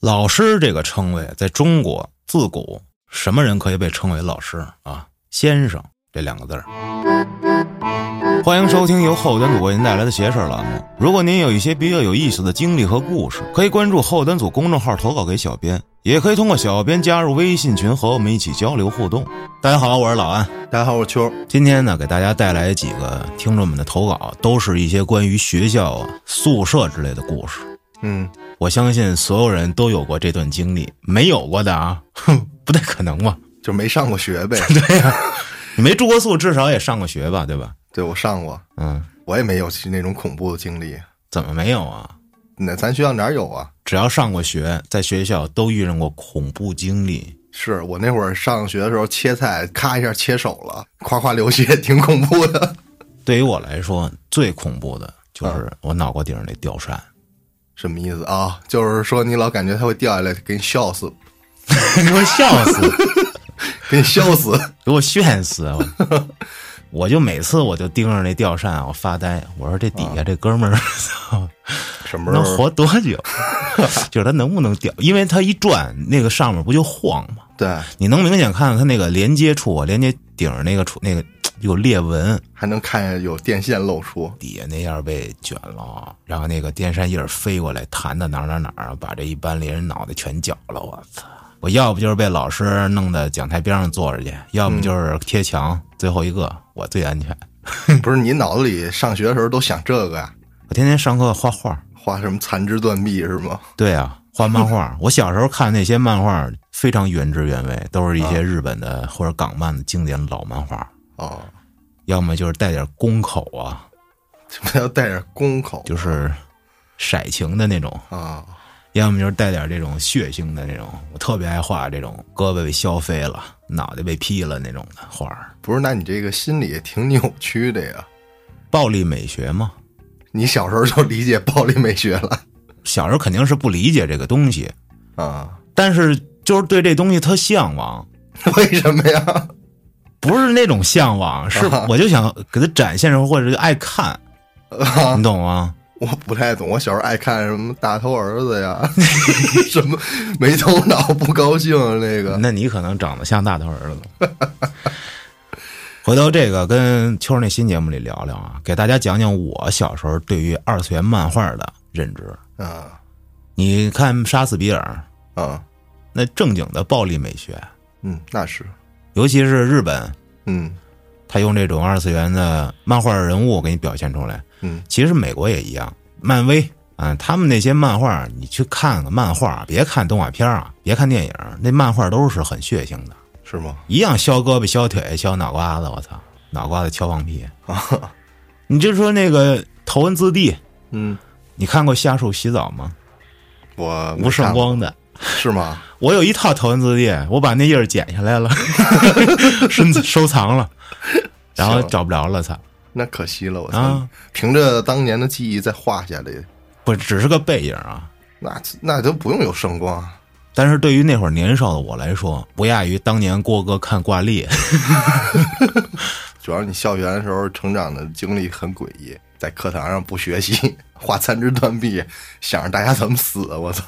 老师这个称谓，在中国自古什么人可以被称为老师啊？先生这两个字儿。欢迎收听由后端组为您带来的“邪事儿”栏目。如果您有一些比较有意思的经历和故事，可以关注后端组公众号投稿给小编，也可以通过小编加入微信群和我们一起交流互动。大家好，我是老安。大家好，我是秋。今天呢，给大家带来几个听众们的投稿，都是一些关于学校啊、宿舍之类的故事。嗯，我相信所有人都有过这段经历，没有过的啊， 哼，不太可能吧？就没上过学 呗。你没住过宿，至少也上过学吧，对吧？对，我上过，嗯，我也没有那种恐怖的经历。怎么没有啊？那咱学校哪有啊？只要上过学，在学校都遇上过恐怖经历。是我那会儿上学的时候切菜，咔一下切手了，夸夸流血， 挺恐怖的。对于我来说，最恐怖的就是我脑瓜顶上那吊 扇，什么意思啊？就是说你老感觉它会掉下来，给你笑死，给我笑死，给你笑死。 给我炫死！啊我 我就每次我就盯着那吊扇，我发呆，我说这底下这哥们儿， 操 什么时能候？活多久？就是他能不能掉？因为他一转，那个上面不就晃吗？对，你能明显看到它那个连接处，啊连接顶儿那个处那个有裂纹，还能看见有电线露 出。底下那样被卷了，然后那个电扇叶儿飞过来弹到哪儿哪儿哪儿，把这一班里人脑袋全绞了。我操！我要不就是被老师弄到讲台边上坐着去，要么就是贴墙，最后一个我最安全。不是你脑子里上学的时候都想这个呀、我天天上课画画，画什么残肢断臂是吗？对啊，画漫画。我小时候看那些漫画非常原汁原味，都是一些日本的或者港漫的经典老漫画， 哦，要么就是带点宫口啊，什么叫带着宫口？就是色情的那种，啊，要么就是带点这种血腥的那种。我特别爱画这种胳膊被削飞了、脑袋被劈了那种的画儿，不是，那你这个心理也挺扭曲的呀。 暴力美学嘛。你小时候就理解暴力美学了小时候肯定是不理解这个东西，啊？ 但是就是对这东西特向往，为什么呀？不是那种向往，是我就想给它展现出，或者就爱看，你懂吗？ 我不太懂。我小时候爱看什么大头儿子 呀，什么没头脑不高兴啊那个。那你可能长得像大头儿子。 回头这个跟秋儿那新节目里聊聊啊，给大家讲讲我小时候对于二次元漫画的认知。啊你看《杀死比尔》，啊，那正经的暴力美学，嗯，那是，尤其是日本，嗯他用这种二次元的漫画人物给你表现出来。嗯，其实美国也一样，漫威啊，他们那些漫画，你去看个漫画，别看动画片啊，别看电影，那漫画都是很血腥的。是吗？一样削胳膊、削腿、削脑瓜子，我操，脑瓜子敲放 屁啊！你就说那个头文字 D，嗯，你看过夏树洗澡吗？我没吴胜看过光的，是吗？我有一套头文字 D，我把那页儿剪下来了， 收收藏了，然后行找不着了，操那可惜了，我操！啊！凭着当年的记忆再画下来，不，只是个背影啊。那那都不用有圣光啊。但是对于那会儿年少的我来说，不亚于当年郭哥看挂历。 主要是你校园的时候成长的经历很诡异，在课堂上不学习， 画残肢断臂，想着大家怎么死，我操！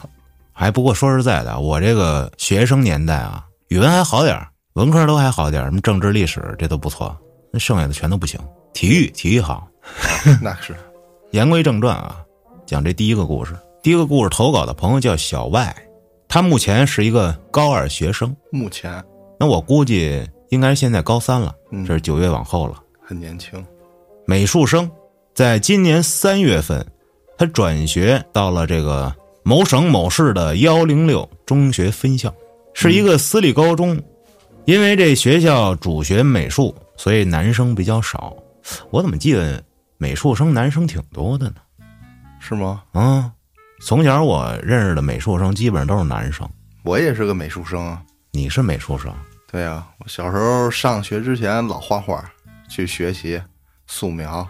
还不过说实在的，我这个学生年代啊，语文还好点儿，文科都还好点儿，什么政治、历史这都不错，那剩下的全都不行。体育，体育好。那是，言归正传啊，讲这第一个故事。第一个故事投稿的朋友叫小外，他目前是一个高二学生，目前那我估计应该是现在高三了，嗯这是九月往后了。很年轻，美术生，在今年三月份，他转学到了这个某省某市的幺零六中学分校，是一个私立高中。因为这学校主学美术，所以男生比较少。我怎么记得美术生男生挺多的呢？是吗？啊，从小我认识的美术生基本上都是男生。我也是个美术生啊。你是美术生，对呀、啊，我小时候上学之前老画画，去学习素描，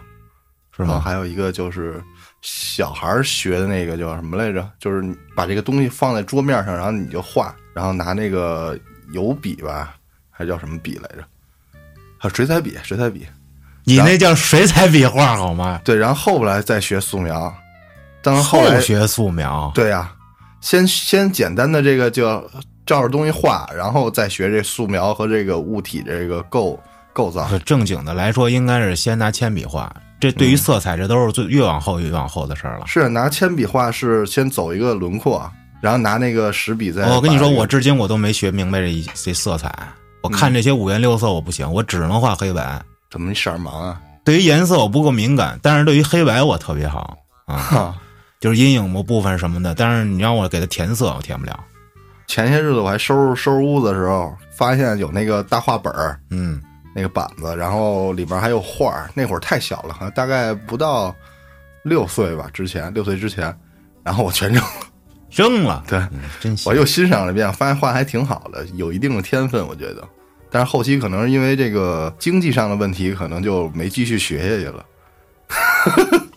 是然后吗？哦还有一个就是小孩儿学的那个叫什么来着？就是你把这个东西放在桌面上，然后你就画，然后拿那个油笔吧，还叫什么笔来着？啊，水彩笔，水彩笔。你那叫水彩笔画好吗？对，然后后来再学素描，当然后后来学素描，对呀、先先简单的这个就照着东西画，然后再学这素描和这个物体这个构构造。正经的来说，应该是先拿铅笔画。这对于色彩，这都是最越往后越往后的事儿了。是拿铅笔画是先走一个轮廓，啊然后拿那个石笔再把这个。哦我跟你说，我至今我都没学明白这一这色彩。我看这些五颜六色我不行，我只能画黑白。怎么你色儿盲啊？对于颜色我不够敏感，但是对于黑白我特别好啊，哈，就是阴影部部分什么的。但是你让我给它填色，我填不了。前些日子我还收拾收拾屋子的时候，发现有那个大画本儿，嗯，那个板子，然后里面还有画儿。那会儿太小了，好像大概不到六岁吧，之前六岁之前，然后我全扔了。扔了，对嗯，真行我。又欣赏了一遍，发现画得还挺好的，有一定的天分，我觉得。但是后期可能是因为这个经济上的问题，可能就没继续学下去了。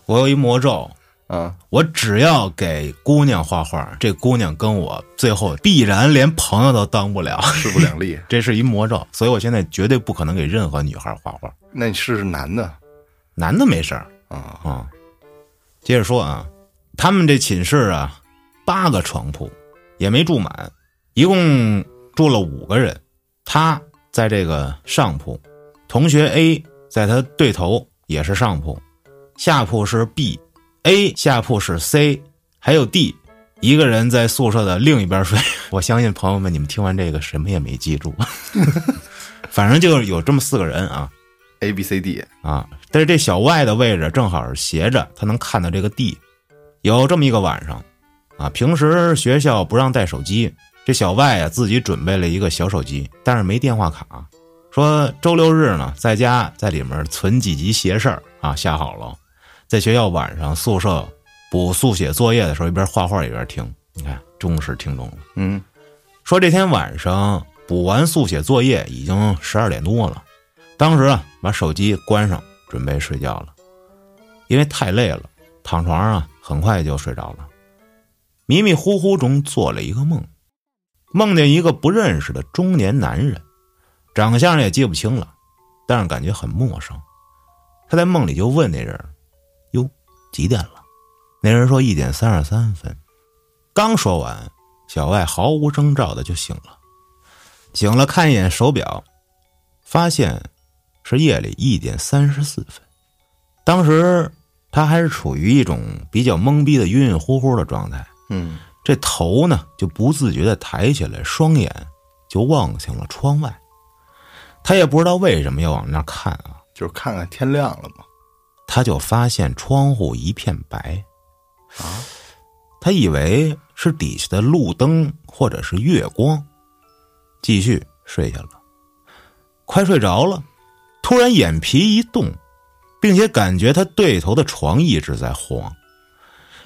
我有一魔咒，啊、我只要给姑娘画画，这姑娘跟我最后必然连朋友都当不了，势不两立。这是一魔咒。所以我现在绝对不可能给任何女孩画画，那你试试男的男的没事儿啊、啊、接着说啊，他们这寝室啊，八个床铺也没住满，一共住了五个人。他在这个上铺，同学 A 在他对头也是上铺，下铺是 B，A 下铺是 C，还有 D，一个人在宿舍的另一边睡。 我相信朋友们，你们听完这个什么也没记住， 反正就是有这么四个人啊。 a B C D，啊，但是这小 Y 的位置正好是斜着，他能看到这个地。有这么一个晚上，啊，平时学校不让带手机，这小 Y 啊自己准备了一个小手机，但是没电话卡，说周六日呢在家在里面存几集邪事儿啊，下好了，在学校晚上宿舍补速写作业的时候，一边画画一边听。你看，忠实听众了。嗯，说这天晚上补完速写作业已经十二点多了，当时啊把手机关上，准备睡觉了，因为太累了，躺床上啊很快就睡着了，迷迷糊糊中做了一个梦，梦见一个不认识的中年男人，长相也记不清了，但是感觉很陌生。他在梦里就问那人：“哟，几点了？”那人说：“一点三十三分。”刚说完，小外毫无征兆的就醒了，醒了看一眼手表，发现是夜里一点三十四分。当时他还是处于一种比较懵逼的晕晕乎乎的状态，嗯，这头呢就不自觉的抬起来，双眼就望向了窗外。他也不知道为什么要往那儿看啊，就是看看天亮了嘛。他就发现窗户一片白，啊，他以为是底下的路灯或者是月光，继续睡下了。快睡着了，突然眼皮一动，并且感觉他对头的床一直在晃，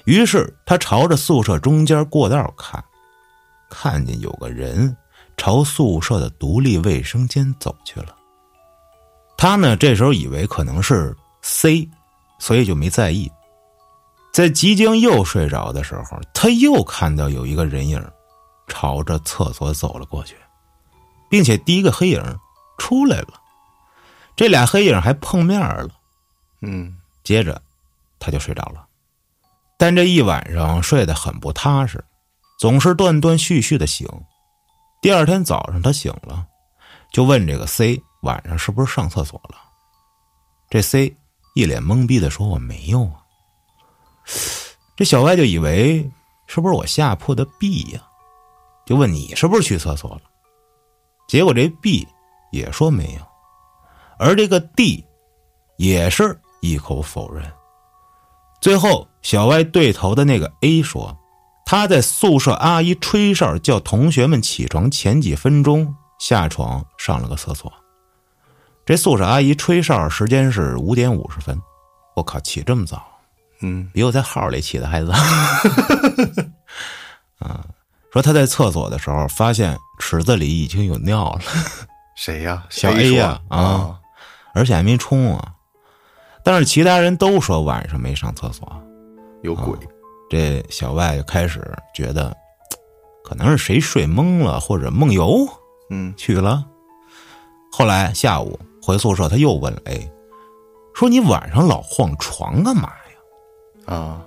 于是他朝着宿舍中间过道看，看见有个人朝宿舍的独立卫生间走去了。他呢这时候以为可能是 C，所以就没在意。在即将又睡着的时候，他又看到有一个人影儿朝着厕所走了过去，并且第一个黑影儿出来了，这俩黑影儿还碰面儿了。嗯，接着他就睡着了，但这一晚上睡得很不踏实，总是断断续续的醒。第二天早上他醒了，就问这个 C 晚上是不是上厕所了。这 C 一脸懵逼的说：“我没有啊。”这小歪就以为是不是我下铺的 B 呀、就问你是不是去厕所了。结果这 B 也说没有，而这个 D 也是一口否认。最后，小歪对头的那个 A 说，他在宿舍阿姨吹哨叫同学们起床前几分钟下床上了个厕所。这宿舍阿姨吹哨时间是五点五十分，我靠，起这么早，嗯，比我在号里起的 还早。啊，说他在厕所的时候发现池子里已经有尿了。谁呀？小 A A 说呀啊而且还没冲啊。但是其他人都说晚上没上厕所，有鬼。啊这小外就开始觉得，嘖可能是谁睡懵了或者梦游嗯去了。后来下午回宿舍，他又哎问了 A，说你晚上老晃床干嘛呀？啊，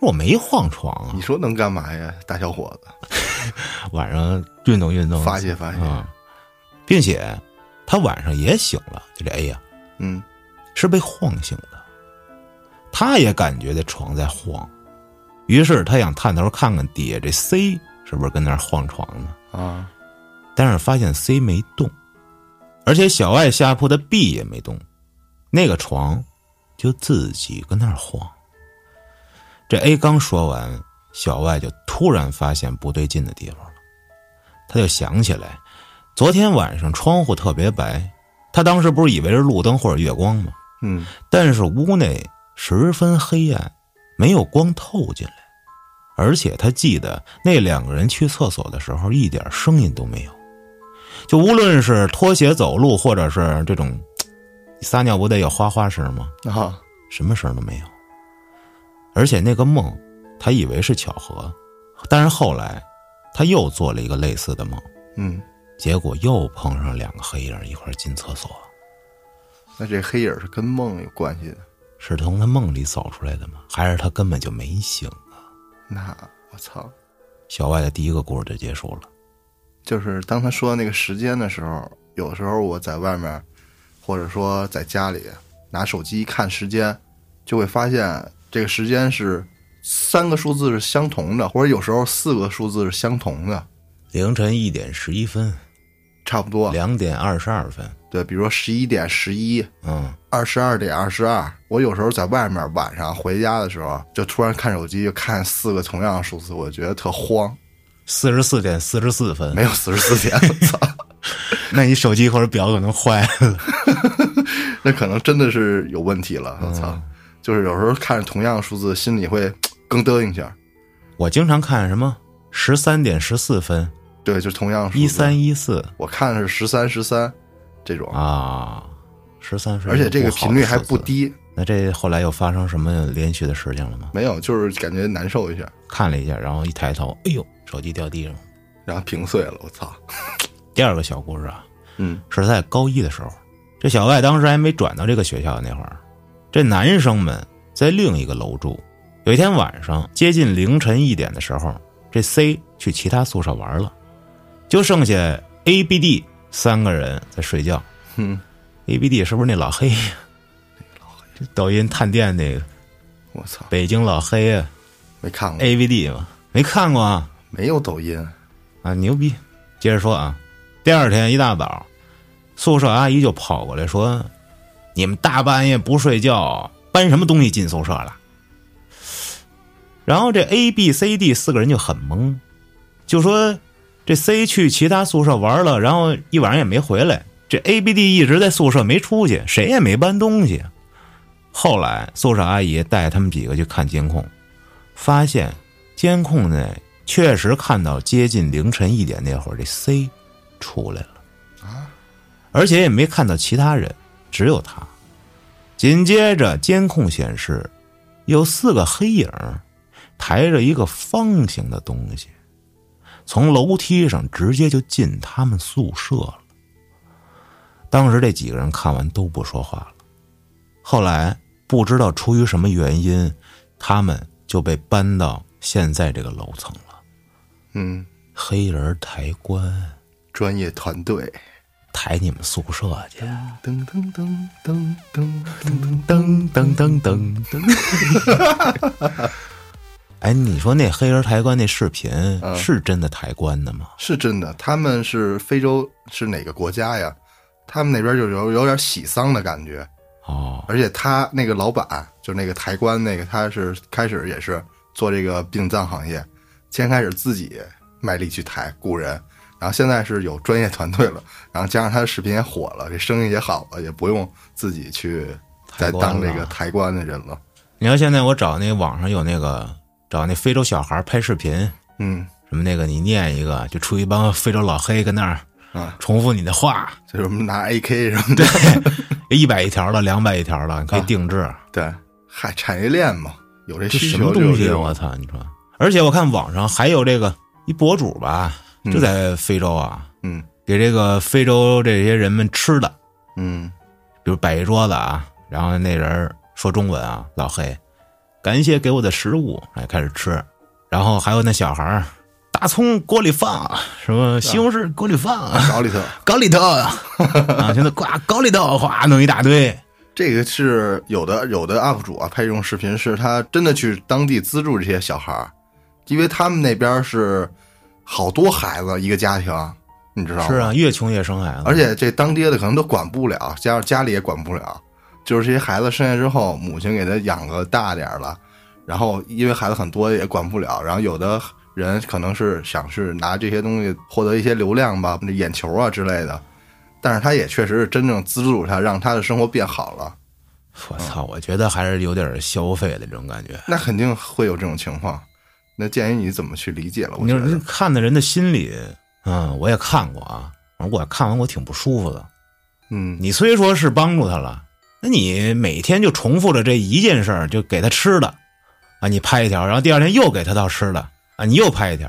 我我没晃床啊你，说能干嘛呀，大小伙子？晚上运动运动，发泄发泄，啊，并且他晚上也醒了，就这 A 呀、嗯，是被晃醒的，他也感觉这床在晃，于是他想探头看看底下这 C 是不是跟那儿晃床呢，啊，但是发现 C 没动，而且小爱下铺的 B 也没动，那个床就自己跟那儿晃。这 A 刚说完，小爱就突然发现不对劲的地方了，他就想起来，昨天晚上窗户特别白，他当时不是以为是路灯或者月光吗？嗯，但是屋内十分黑暗，没有光透进来，而且他记得那两个人去厕所的时候一点声音都没有，就无论是拖鞋走路，或者是这种撒尿不得有哗哗声吗？啊，什么声都没有。而且那个梦，他以为是巧合，但是后来他又做了一个类似的梦，嗯，结果又碰上两个黑影一块儿进厕所，那这黑影儿是跟梦有关系的，是从他梦里扫出来的吗？还是他根本就没醒？那我操，小外的第一个故事就结束了。就是当他说那个时间的时候，有时候我在外面，或者说在家里拿手机看时间，就会发现这个时间是三个数字是相同的，或者有时候四个数字是相同的，凌晨一点十一分，差不多。两点二十二分，对，比如说十一点十一、嗯，二十二点二十二，我有时候在外面晚上回家的时候，就突然看手机，就看四个同样的数字，我觉得特慌。四十四点四十四分没。有四十四点，我操！ 那你手机或者表可能坏了。那可能真的是有问题了。我操！嗯就是有时候看着同样的数字，心里会更嘚应一下。我经常看什么十三点十四分，对，就同样的数字一，三一四我看的是十三十三这种，啊，十三分，而且这个频率还不不好的数字。低。那这后来又发生什么连续的事情了吗？没有，就是感觉难受一下，看了一下，然后一抬头，哎呦，手机掉地上了。然后屏碎了。我操！第二个小故事啊，嗯是在高一的时候，这小外当时还没转到这个学校那会儿，这男生们在另一个楼住。有一天晚上接近凌晨一点的时候，这 C 去其他宿舍玩了，就剩下 A、B、D 三个人在睡觉。哼， A、B、D 是不是那老黑呀？这抖音探店那个我操，北京老黑呀没看过， ，A、B、D 嘛，没看过啊？没有抖音。啊，牛逼！接着说啊，第二天一大早，宿舍阿姨就跑过来说：“你们大半夜不睡觉，搬什么东西进宿舍了？”然后这 A、B、C、D 四个人就很懵，就说这 C 去其他宿舍玩了，然后一晚上也没回来。这 A、B、D 一直在宿舍没出去，谁也没搬东西。后来宿舍阿姨带他们几个去看监控，发现监控内确实看到接近凌晨一点那会儿，这 C 出来了而且也没看到其他人，只有他。紧接着监控显示，有四个黑影儿抬着一个方形的东西，从楼梯上直接就进他们宿舍了。当时这几个人看完都不说话了。后来不知道出于什么原因，他们就被搬到现在这个楼层了。嗯，黑人抬棺专业团队。抬你们宿舍去，噔噔噔噔噔噔噔噔噔噔噔。哎，你说那黑人抬棺那视频是真的抬棺的吗？是真的，他们是非洲是哪个国家呀？他们那边就有有点喜丧的感觉，哦，而且他那个老板就是那个抬棺那个，他是开始也是做这个殡葬行业，先开始自己卖力去抬雇人，然后现在是有专业团队了， 然后加上他的视频也火了，这生意也好了，也不用自己去再抬棺当了这个抬棺的人了。你看现在我找那网上有那个找那非洲小孩拍视频，嗯，什么那个你念一个，就出一帮非洲老黑跟那儿啊重复你的话，就是我们拿 AK 什么的，一百一条的，两百一条的，你可以定制。对，嗨，产业链嘛，有这这需什求么就有东这西啊？种我操！你说，而且我看网上还有这个一博主吧，就在非洲啊，嗯给这个非洲这些人们吃的，嗯比如摆一桌子啊，然后那人说中文啊，老黑，感谢给我的食物，哎，开始吃。然后还有那小孩儿，大葱锅里放，什么西红柿锅里放，搞里头。搞里头，啊， 现在呱搞里头，哗弄一大堆。这个是有的有的 UP 主啊，拍这种视频是他真的去当地资助这些小孩儿，因为他们那边是好多孩子一个家庭，你知道吗？是啊，越穷越生孩子，哦而且这当爹的可能都管不了，加上家里也管不了，就是这些孩子生下之后，母亲给他养个大点儿了，然后因为孩子很多也管不了，然后有的人可能是想是拿这些东西获得一些流量吧，眼球啊之类的，但是他也确实是真正资助他，让他的生活变好了，我操，我觉得还是有点消费的这种感觉。那肯定会有这种情况。那建议你怎么去理解了？我你觉说得这看的人的心理，嗯，我也看过啊，我看完我挺不舒服的。嗯，你虽说是帮助他了，那你每天就重复着这一件事儿，就给他吃的啊，你拍一条，然后第二天又给他道吃的啊，你又拍一条，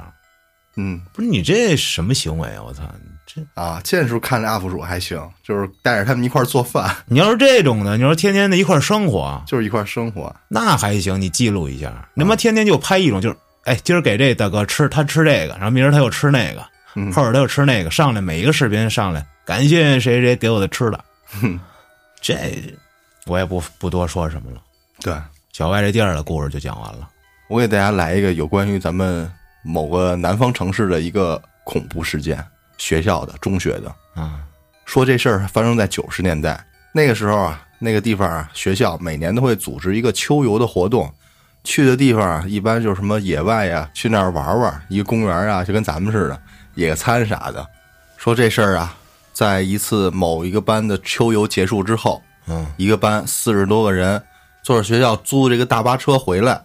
嗯不是你这什么行为啊？我操！这啊，这时候看着 UP 主还行，就是带着他们一块儿做饭， 你要是这种的，你说天天的一块儿生活，啊就是一块儿生活。那还行，你记录一下。你他妈天天就拍一种，就是哎，今儿给这大哥吃，他吃这个，然后明儿他又吃那个，嗯后，边他又吃那个，上来每一个视频上来，感谢谁谁给我的吃的，嗯哼这我也不不多说什么了。对。小外这地儿的故事就讲完了。我给大家来一个有关于咱们某个南方城市的一个恐怖事件，学校的、中学的，啊，说这事儿发生在九十年代。那个时候啊，那个地方啊，学校每年都会组织一个秋游的活动，去的地方啊，一般就是什么野外呀、去那儿玩玩，一个公园啊，就跟咱们似的，野餐啥的。说这事儿啊，在一次某一个班的秋游结束之后，嗯，一个班四十多个人坐着学校租这个大巴车回来，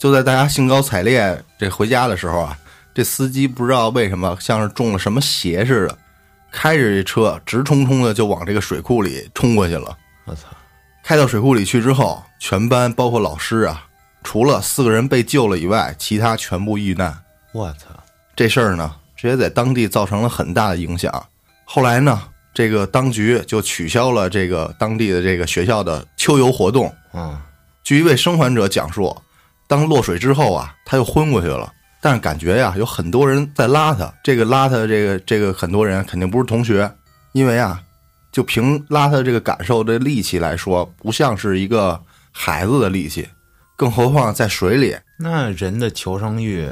就在大家兴高采烈这回家的时候啊，这司机不知道为什么像是中了什么邪似的，开着这车直冲冲的就往这个水库里冲过去了。我操，开到水库里去之后，全班包括老师啊，除了四个人被救了以外，其他全部遇难。我操，这事儿呢，直接在当地造成了很大的影响。后来呢，这个当局就取消了这个当地的这个学校的秋游活动。嗯，据一位生还者讲述，当落水之后啊，他又昏过去了，但是感觉呀、有很多人在拉他。这个拉他的这个这个很多人肯定不是同学，因为啊，就凭拉他这个感受的力气来说，不像是一个孩子的力气，更何况在水里。那人的求生欲，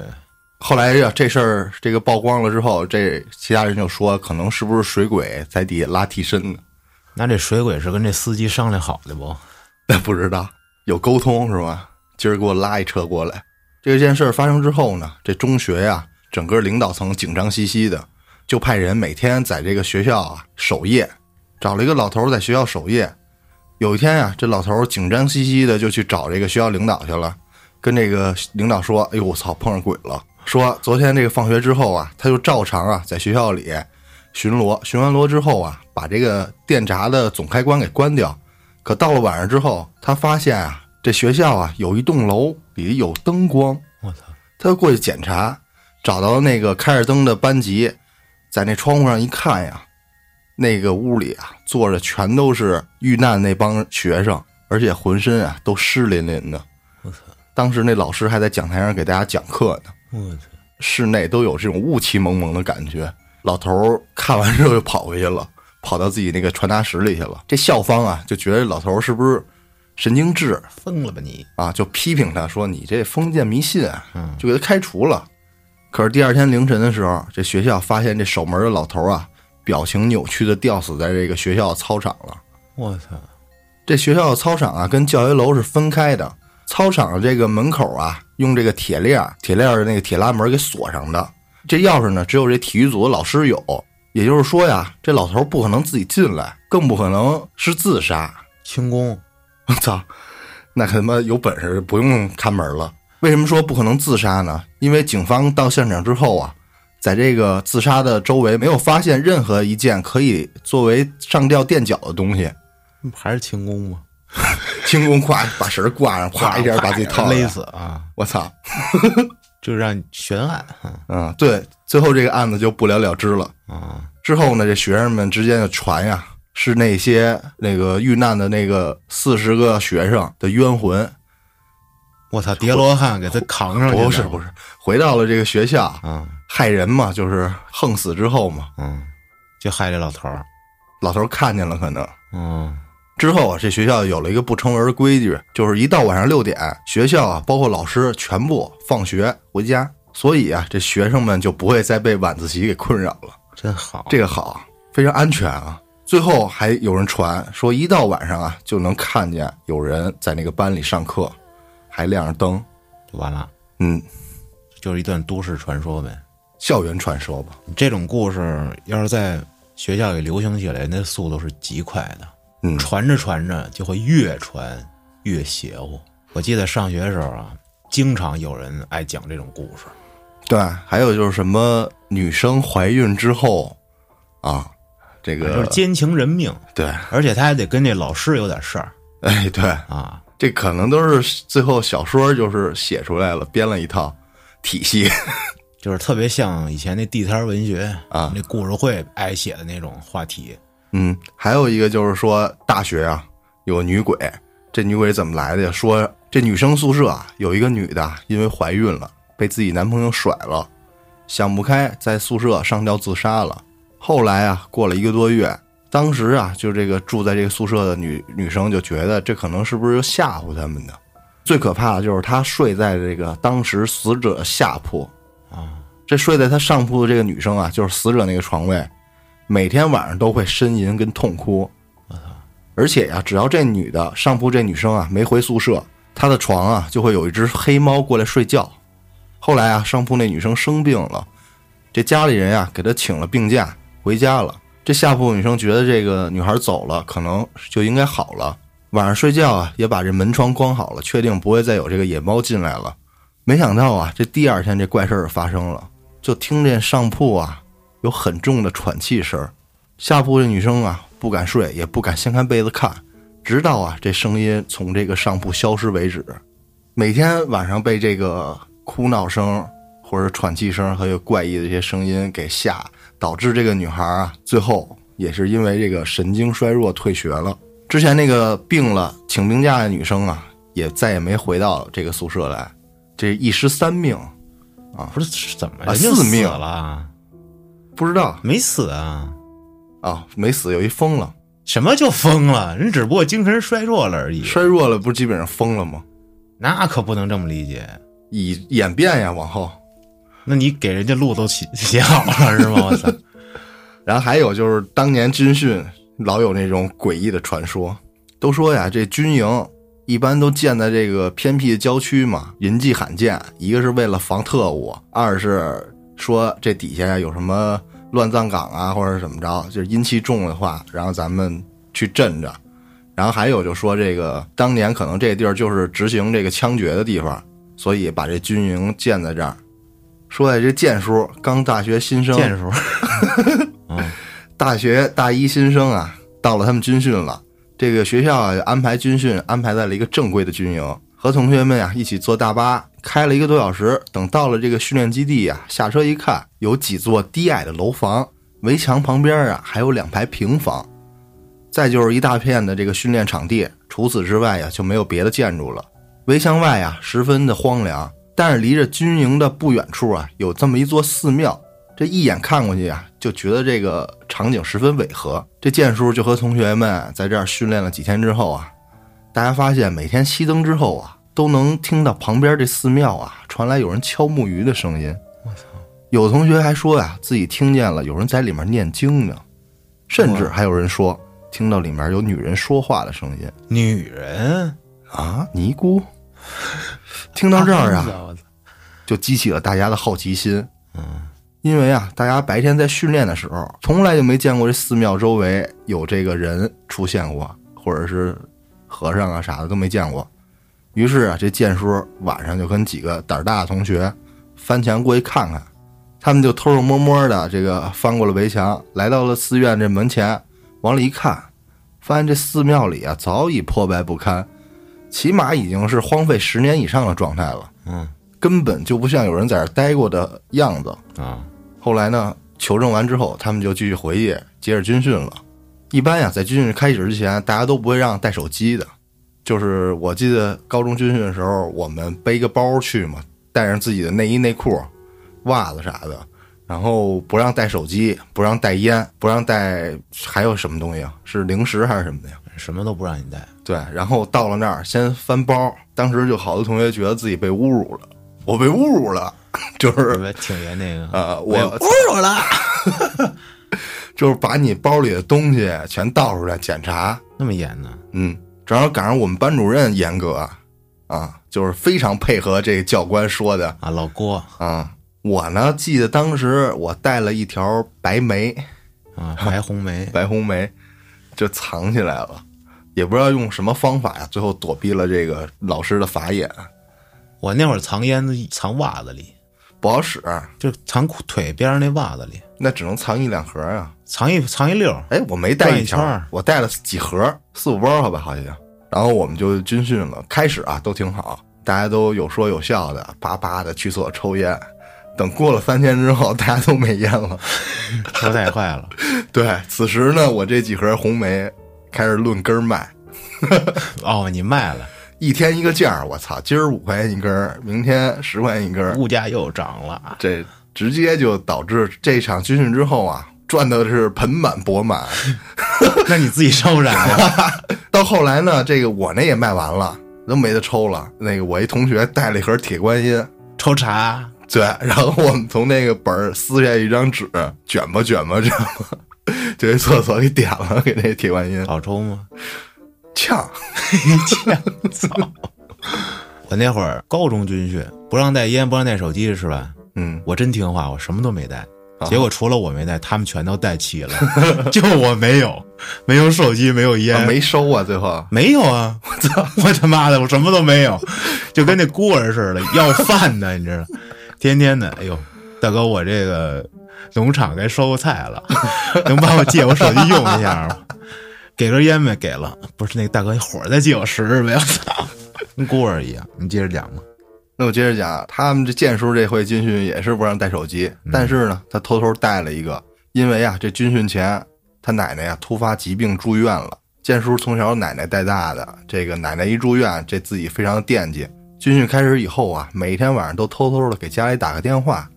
后来呀，这事儿这个曝光了之后，这其他人就说，可能是不是水鬼在底下拉替身呢？那这水鬼是跟这司机商量好的不？不知道有沟通是吧？今儿给我拉一车过来。这件事儿发生之后呢，这中学呀、整个领导层紧张兮兮的，就派人每天在这个学校啊守夜，找了一个老头儿在学校守夜。有一天呀、这老头儿紧张兮兮的就去找这个学校领导去了，跟这个领导说：“哎呦，我操，碰上鬼了！”说昨天这个放学之后啊，他就照常啊在学校里巡逻，巡完逻之后啊，把这个电闸的总开关给关掉。可到了晚上之后，他发现啊，这学校啊有一栋楼里有灯光，我操，他就过去检查，找到那个开着灯的班级，在那窗户上一看呀，那个屋里啊坐着全都是遇难那帮学生，而且浑身啊都湿淋淋的。我操，当时那老师还在讲台上给大家讲课呢，我操，室内都有这种雾气蒙蒙的感觉。老头儿看完之后就跑回去了，跑到自己那个传达室里去了。这校方啊就觉得老头儿是不是神经质，疯了吧你？啊，就批评他说你这封建迷信啊，就给他开除了。可是第二天凌晨的时候，这学校发现这守门的老头啊，表情扭曲的吊死在这个学校操场了。我操，这学校的操场啊，跟教学楼是分开的。操场的这个门口啊，用这个铁链儿、铁链儿的那个铁拉门给锁上的。这钥匙呢，只有这体育组的老师有。也就是说呀，这老头不可能自己进来，更不可能是自杀。 轻功，我操，那他妈有本事不用看门了。为什么说不可能自杀呢？因为警方到现场之后啊，在这个自杀的周围没有发现任何一件可以作为上吊垫脚的东西。还是轻功吗？轻功挂把绳儿挂上，哗一下把自己 套上勒。死啊！我操！就让悬案啊嗯，对，最后这个案子就不了了之了。啊！之后呢，这学生们之间就传呀，是那些那个遇难的那个四十个学生的冤魂。我操，叠罗汉给他扛上去了，不是不是，回到了这个学校，啊，害人嘛，就是横死之后嘛，嗯，就害这老头儿，老头儿看见了，可能嗯之后啊，这学校有了一个不成文的规矩，就是一到晚上六点，学校啊，包括老师全部放学回家，所以啊，这学生们就不会再被晚自习给困扰了。真好，这个好，非常安全啊。最后还有人传说，一到晚上啊，就能看见有人在那个班里上课，还亮着灯。就完了，嗯，就是一段都市传说呗。校园传说吧。这种故事要是在学校里流行起来，那速度是极快的，嗯传着传着就会越传越邪乎。我记得上学的时候啊，经常有人爱讲这种故事，对，还有就是什么女生怀孕之后啊，这就是个奸情人命，对，而且他还得跟这老师有点事儿哎对，啊。这可能都是最后小说就是写出来了，编了一套体系。就是特别像以前那地摊文学啊那故事会爱写的那种话题，嗯，还有一个就是说大学啊有个女鬼，这女鬼怎么来的呀？说这女生宿舍啊有一个女的因为怀孕了，被自己男朋友甩了，想不开在宿舍上吊自杀了。后来啊，过了一个多月，当时啊就这个住在这个宿舍的女女生就觉得这可能是不是吓唬他们的。最可怕的就是她睡在这个当时死者下铺啊，这睡在她上铺的这个女生啊，就是死者那个床位，每天晚上都会呻吟跟痛哭。而且呀、只要这女的上铺这女生啊没回宿舍，她的床啊就会有一只黑猫过来睡觉。后来啊，上铺那女生生病了，这家里人呀、给她请了病假回家了。这下铺女生觉得这个女孩走了，可能就应该好了。晚上睡觉啊，也把这门窗关好了，确定不会再有这个野猫进来了。没想到啊，这第二天这怪事儿发生了，就听见上铺啊有很重的喘气声儿，下铺这女生啊不敢睡，也不敢掀开被子看，直到啊这声音从这个上铺消失为止。每天晚上被这个哭闹声或者喘气声还有怪异的这些声音给吓，导致这个女孩啊最后也是因为这个神经衰弱退学了。之前那个病了请病假的女生啊，也再也没回到这个宿舍来，这一失三命，不是怎么啊人家四死命了，不知道没死啊？啊没死，有一疯了，什么就疯了？人只不过精神衰弱了而已，衰弱了不是基本上疯了吗？那可不能这么理解。以演变呀，往后。那你给人家路都写 写好了是吗？我 操！然后还有就是当年军训老有那种诡异的传说，都说呀，这军营一般都建在这个偏僻的郊区嘛，人迹罕见。一个是为了防特务，二是说这底下呀有什么乱葬岗啊，或者怎么着，就是阴气重的话，然后咱们去镇着。然后还有就说这个当年可能这地儿就是执行这个枪决的地方，所以把这军营建在这儿。说呀，这建叔刚大学新生，见识，大学大一新生啊，到了他们军训了，这个学校啊安排军训安排在了一个正规的军营，和同学们啊一起坐大巴开了一个多小时，等到了这个训练基地啊，下车一看，有几座低矮的楼房，围墙旁边啊还有两排平房，再就是一大片的这个训练场地，除此之外呀、啊就没有别的建筑了。围墙外啊十分的荒凉，但是离着军营的不远处啊有这么一座寺庙，这一眼看过去啊，就觉得这个场景十分违和。这剑叔就和同学们在这儿训练了几天之后啊，大家发现每天熄灯之后啊，都能听到旁边这寺庙啊传来有人敲木鱼的声音。我操！有同学还说呀、自己听见了有人在里面念经呢，甚至还有人说听到里面有女人说话的声音女人啊，尼姑。听到这儿啊，我操就激起了大家的好奇心。嗯，因为啊，大家白天在训练的时候，从来就没见过这寺庙周围有这个人出现过，或者是和尚啊啥的都没见过。于是啊，这剑叔晚上就跟几个胆儿大的同学翻墙过去看看。他们就偷偷摸摸的这个翻过了围墙，来到了寺院这门前，往里一看，发现这寺庙里啊早已破败不堪，起码已经是荒废十年以上的状态了。嗯根本就不像有人在这儿待过的样子。啊，后来呢，求证完之后，他们就继续回去，接着军训了。一般呀，在军训开始之前，大家都不会让带手机的，就是我记得高中军训的时候，我们背个包去嘛，带上自己的内衣、内裤、袜子啥的，然后不让带手机，不让带烟，不让带还有什么东西啊？是零食还是什么的呀？什么都不让你带，对，然后到了那儿先翻包，当时就好多同学觉得自己被侮辱了，我被侮辱了， 就是特别挺爷那个，呃，我侮辱了， 就是把你包里的东西全倒出来检查。那么严呢？嗯，正好赶上我们班主任严格啊，就是非常配合这个教官说的啊，老郭啊。我呢，记得当时我带了一条白梅，啊，白红梅白红梅，就藏起来了，也不知道用什么方法呀，最后躲避了这个老师的法眼，我那会儿藏烟藏袜子里，不好使，就藏裤腿边儿那袜子里，那只能藏一两盒啊。藏一藏一溜儿，哎，我没带一转一圈条儿，我带了几盒，四五包，好吧，好像。然后我们就军训了，开始啊都挺好，大家都有说有笑的，叭叭的去厕所抽烟。等过了三天之后，大家都没烟了。球带坏了，对，此时呢，我这几盒红梅开始论根儿卖，哦，你卖了，一天一个价儿，我操，今儿五块钱一根儿，明天十块钱一根儿，物价又涨了，这直接就导致这场军训之后啊，赚的是盆满钵满。那你自己烧燃了，到后来呢，这个我那也卖完了，都没得抽了。那个我一同学带了一盒铁观音，抽查，对，然后我们从那个本儿撕下一张纸，卷吧卷吧卷吧，就去厕所给点了，给那铁观音好抽吗？呛。操！ 我那会儿高中军训，不让带烟，不让带手机，是吧？嗯，我真听话，我什么都没带。结果除了我没带，他们全都带齐了， 就我没有，没有手机，没有烟，啊没收啊，最后没有啊！我操！我他妈的，我什么都没有，就跟那孤儿似的，要饭的，你知道？ 天天的，哎呦，大哥，我这个农场该收菜了， 能帮我借我手机用一下吗？给根烟没？给了，不是那个大哥，一会儿再借我十日呗！我操，跟孤儿一样。你接着讲吧。那我接着讲，啊他们这建叔这回军训也是不让带手机，但是呢，他偷偷带了一个，因为啊，这军训前他奶奶呀、突发疾病住院了。建叔从小奶奶带大的，这个奶奶一住院，这自己非常惦记。军训开始以后啊，每天晚上都偷偷的给家里打个电话，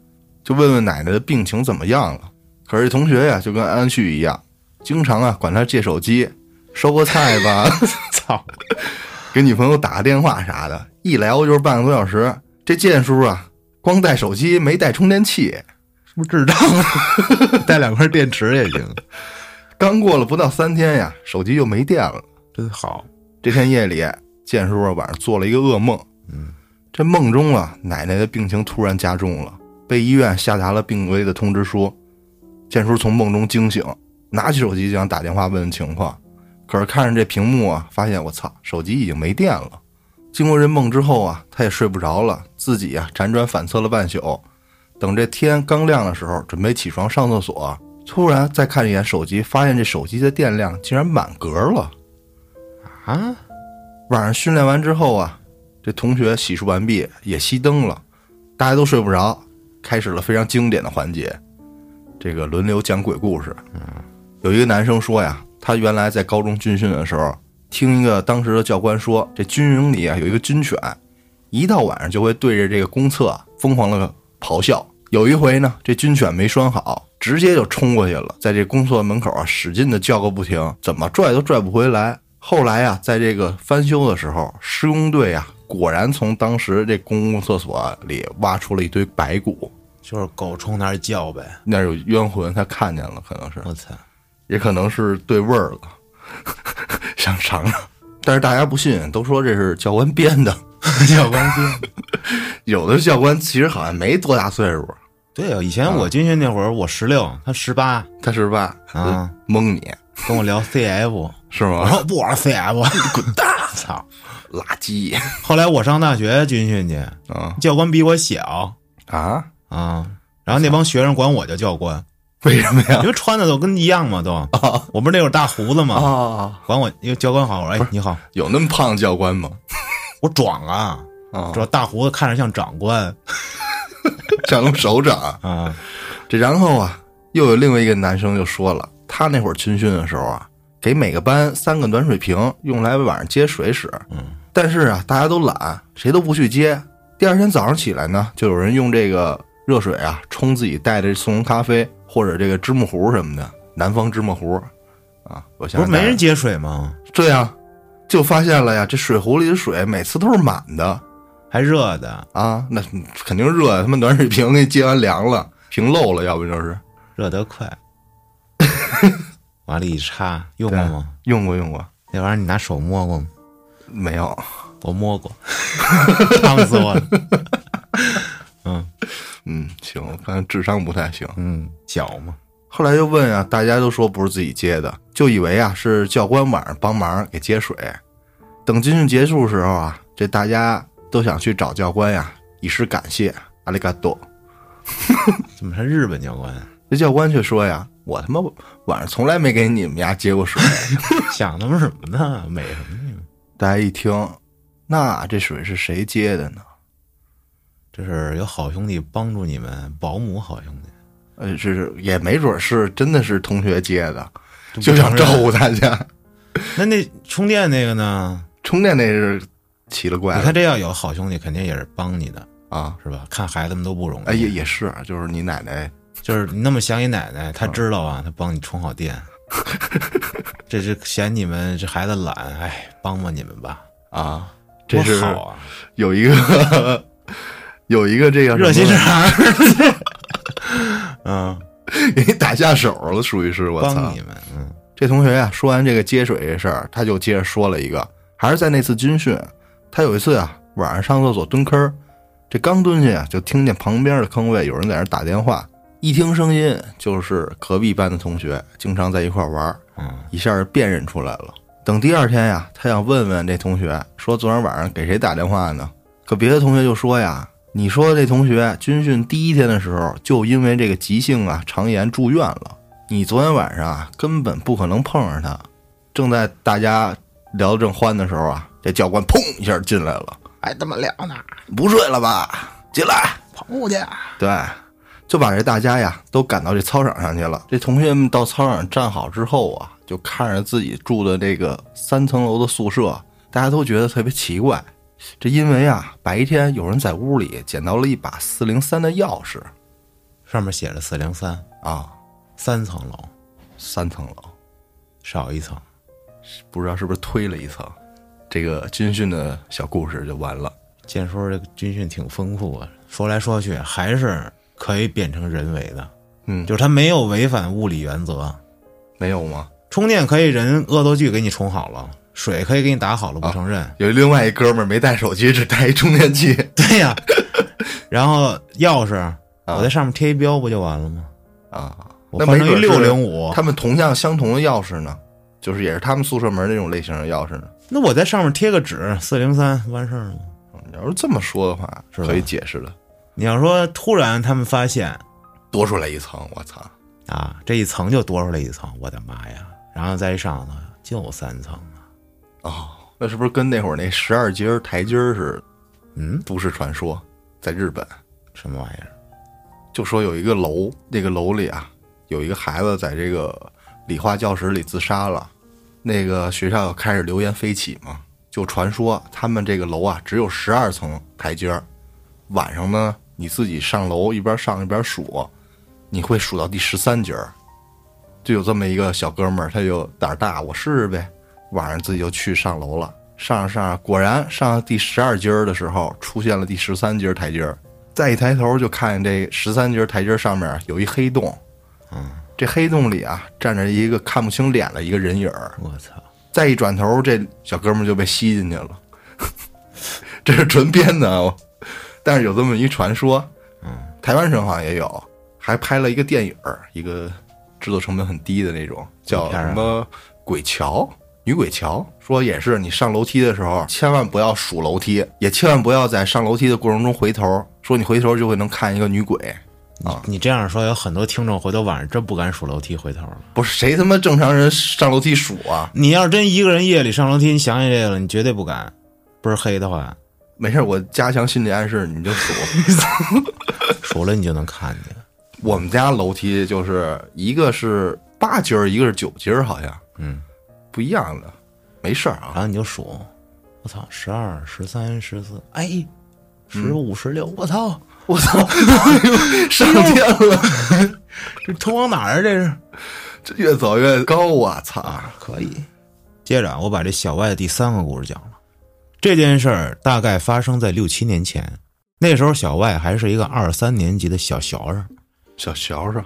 就问问奶奶的病情怎么样了。可是同学呀、就跟安旭一样，经常啊管他借手机，收个菜吧。操，给女朋友打个电话啥的，一聊就是半个多小时。这建叔啊，光带手机没带充电器，是不是智障啊？ 带两块电池也行，刚过了不到三天呀，手机就没电了。真好。这天夜里，建叔啊晚上做了一个噩梦，嗯，这梦中啊，奶奶的病情突然加重了，被医院下达了病危的通知书。建叔从梦中惊醒，拿起手机就想打电话问问情况，可是看着这屏幕啊，发现我操，手机已经没电了。经过这梦之后啊，他也睡不着了，自己啊辗转反侧了半宿。等这天刚亮的时候，准备起床上厕所，突然再看一眼手机，发现这手机的电量竟然满格了。啊，晚上训练完之后啊，这同学洗漱完毕也熄灯了，大家都睡不着，开始了非常经典的环节，这个轮流讲鬼故事。有一个男生说呀，他原来在高中军训的时候，听一个当时的教官说，这军营里啊有一个军犬，一到晚上就会对着这个公厕疯狂的咆哮。有一回呢，这军犬没拴好，直接就冲过去了，在这公厕门口啊使劲的叫个不停，怎么拽都拽不回来。后来啊，在这个翻修的时候，施工队啊果然从当时这公共厕所里挖出了一堆白骨，就是狗冲那儿叫呗。那儿有冤魂，他看见了，可能是。我操，也可能是对味儿了， 想尝尝。但是大家不信，都说这是教官编的。 叫光棍。有的教官其实好像没多大岁数，对啊，以前我军训那会儿，我十六，他十八，他是吧？啊，蒙你跟我聊 CF，是我吗？说不玩 CF，滚蛋！啊操！垃圾后来我上大学军训去，啊教官比我小啊！啊，然后那帮学生管我叫教官，为什么呀因？为穿的都跟一样嘛，都。我不是那会儿大胡子嘛，啊，管我因为教官好，我说哎你好，有那么胖的教官吗？我壮啊，啊主，要大胡子看着像长官像龙首长。啊， 这然后啊，又有另外一个男生就说了，他那会儿军训的时候啊，给每个班三个暖水瓶，用来晚上接水使。嗯但是啊，大家都懒，谁都不去接。第二天早上起来呢，就有人用这个热水啊冲自己带的速溶咖啡或者这个芝麻糊什么的，南方芝麻糊啊。我不想是没人接水吗？对呀，就发现了呀，这水壶里的水每次都是满的还热的，啊，那肯定热呀，他妈暖水瓶给接完凉了，瓶漏了，要不就是热得 快，往里一插，用过吗？用过用过那玩意儿你拿手摸过吗？没有？我摸过， 烫死我了。嗯，行，我看智商不太行。嗯，小嘛，后来又问啊，大家都说不是自己接的，就以为啊是教官晚上帮忙给接水。等军训结束时候啊，这大家都想去找教官呀、以示感谢，阿里嘎多。怎么是日本教官？这教官却说呀，我他妈晚上从来没给你们家接过水。想他妈什么呢？美什么呢？大家一听，那这水是谁接的呢？这是有好兄弟帮助你们，保姆好兄弟，呃，这是也没准是真的是同学接的，这不就想承认照顾大家。那那充电那个呢？ 充电那是奇了怪你了看这要有好兄弟，肯定也是帮你的，啊！是吧？看孩子们都不容易，哎，也嗯也是，就是你奶奶就是你那么想你奶奶，她知道啊，她帮你充好电。 这是嫌你们这孩子懒，哎，帮帮你们吧，啊，这是多好啊，有一个 有一个这个什么热心肠 儿。嗯，给你打下手了，属于是我操帮你！们，嗯，这同学啊，说完这个接水这事儿，他就接着说了一个，还是在那次军训，他有一次啊，晚上上厕所蹲坑儿，这刚蹲下啊，就听见旁边的坑位有人在那儿打电话，一听声音就是隔壁班的同学，经常在一块儿玩儿，嗯，一下就辨认出来了。等第二天呀，他想问问这同学，说昨天晚上给谁打电话呢？可别的同学就说呀，你说这同学军训第一天的时候就因为这个急性啊肠炎住院了，你昨天晚上啊根本不可能碰上他。正在大家聊得正欢的时候啊，这教官砰一下进来了，还他妈聊呢，不睡了吧？进来。跑步去。对，就把这大家呀都赶到这操场上去了。这同学们到操场上站好之后啊，就看着自己住的这个三层楼的宿舍，大家都觉得特别奇怪。这因为啊，白天有人在屋里捡到了一把四零三的钥匙上面写着四零三，啊，三层楼，三层楼，少一层。不知道是不是推了一层。这个军训的小故事就完了。建叔这个军训挺丰富啊，说来说去还是可以变成人为的，嗯，就是他没有违反物理原则。没有吗？充电可以人恶作剧给你充好了，水可以给你打好了不承认，有另外一哥们儿没带手机，只带一充 电器。对 呀、然后钥匙我在上面贴一标不就完了吗？啊，我那换没成一准六是零五，啊他们同样相同的钥匙呢，就是也是他们宿舍门那种类型的钥匙呢。那我在上面贴个纸四零三完事儿了吗。你嗯要是这么说的话，是吧可以解释的，你要说突然他们发现多出来一层，我操！啊，这一层就多出来一层，我的妈呀！然后再一上呢，就三层啊。哦，那是不是跟那会儿那十二阶儿台阶儿似的？嗯，都市传说，在日本什么玩意儿？就说有一个楼，那个楼里啊，有一个孩子在这个理化教室里自杀了，那个学校开始流言飞起嘛，就传说他们这个楼啊只有十二层台阶儿，晚上呢你自己上楼一边上一边数，你会数到第十三节儿，就有这么一个小哥们儿，他就胆儿大，我试试呗，晚上自己就去上楼了。上着上着，果然上到第十二阶儿的时候，出现了第十三阶台阶儿。再一抬头，就看见这十三阶台阶上面有一黑洞。嗯，这黑洞里啊，站着一个看不清脸的一个人影儿。我操！再一转头，这小哥们儿就被吸进去了。 这是纯编的，啊，但是有这么一传说，嗯，台湾省好像也有，还拍了一个电影儿，一个制作成本很低的那种，叫片儿啊什么《鬼桥》《女鬼桥》，说也是你上楼梯的时候，千万不要数楼梯，也千万不要在上楼梯的过程中回头，说你回头就会能看一个女鬼。啊你这样说，有很多听众回头晚上真不敢数楼梯回头了。不是谁他妈正常人上楼梯数啊？你要是真一个人夜里上楼梯，你想起这个了，你绝对不敢。不是黑的话，没事儿，我加强心理暗示，你就数。数了你就能看见。我们家楼梯就是一个是八阶儿，一个是九阶儿，好像。嗯，不一样的，没事儿啊。然后你就数，我操，十二、十三、十四，哎，十五、十六，我操，我操， 上天了， 这通往哪儿啊？这是这越走越高，我操！啊，可以。接着啊我把这小外的第三个故事讲了。这件事儿大概发生在六七年前，那时候小外还是一个二三年级的小学生，小小上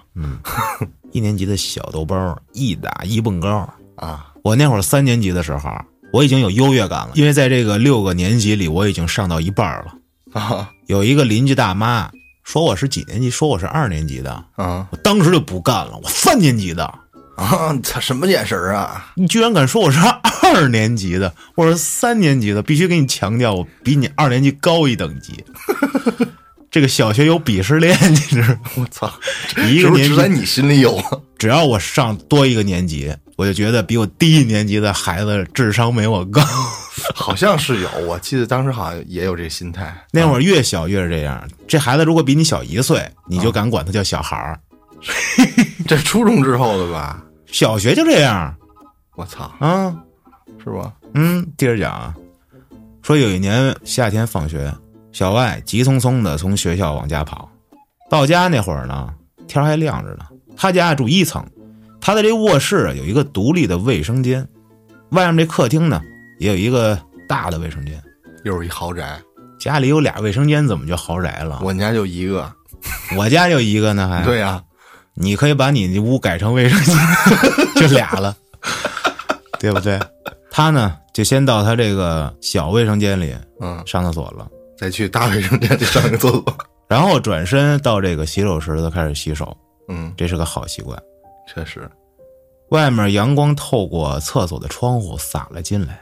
一年级的小豆包，一打一蹦高。啊，我那会儿三年级的时候，我已经有优越感了，因为在这个六个年级里，我已经上到一半了。啊有一个邻居大妈说我是几年级，说我是二年级的，啊我当时就不干了，我三年级的，啊！操，什么眼神儿啊？你居然敢说我是二年级的，我是三年级的，必须给你强调，我比你二年级高一等 级。这个小学有鄙视链，你知道吗？ 我操，一是个不是年只在级，你心里有啊？只要我上多一个年级，我就觉得比我低一年级的孩子智商没我高。 好像是有，我记得当时好像也有这个心态。那会儿越小越是这样，这孩子如果比你小一岁，你啊就敢管他叫小孩儿。 这是初中之后的吧？小学就这样我操，啊，是吧？嗯，接着讲啊，说有一年夏天放学，小外急匆匆的从学校往家跑，到家那会儿呢，天还亮着呢。他家住一层，他的这卧室有一个独立的卫生间，外面这客厅呢也有一个大的卫生间。又是一豪宅，家里有俩卫生间，怎么就豪宅了？我们家就一个。我我家就一个呢，还对呀、你可以把你那屋改成卫生间，就俩了， 对不对？他呢就先到他这个小卫生间里嗯，上厕所了，再去大卫生间去上个厕所。然后转身到这个洗手池子开始洗手，嗯，这是个好习惯。确实，外面阳光透过厕所的窗户洒了进来，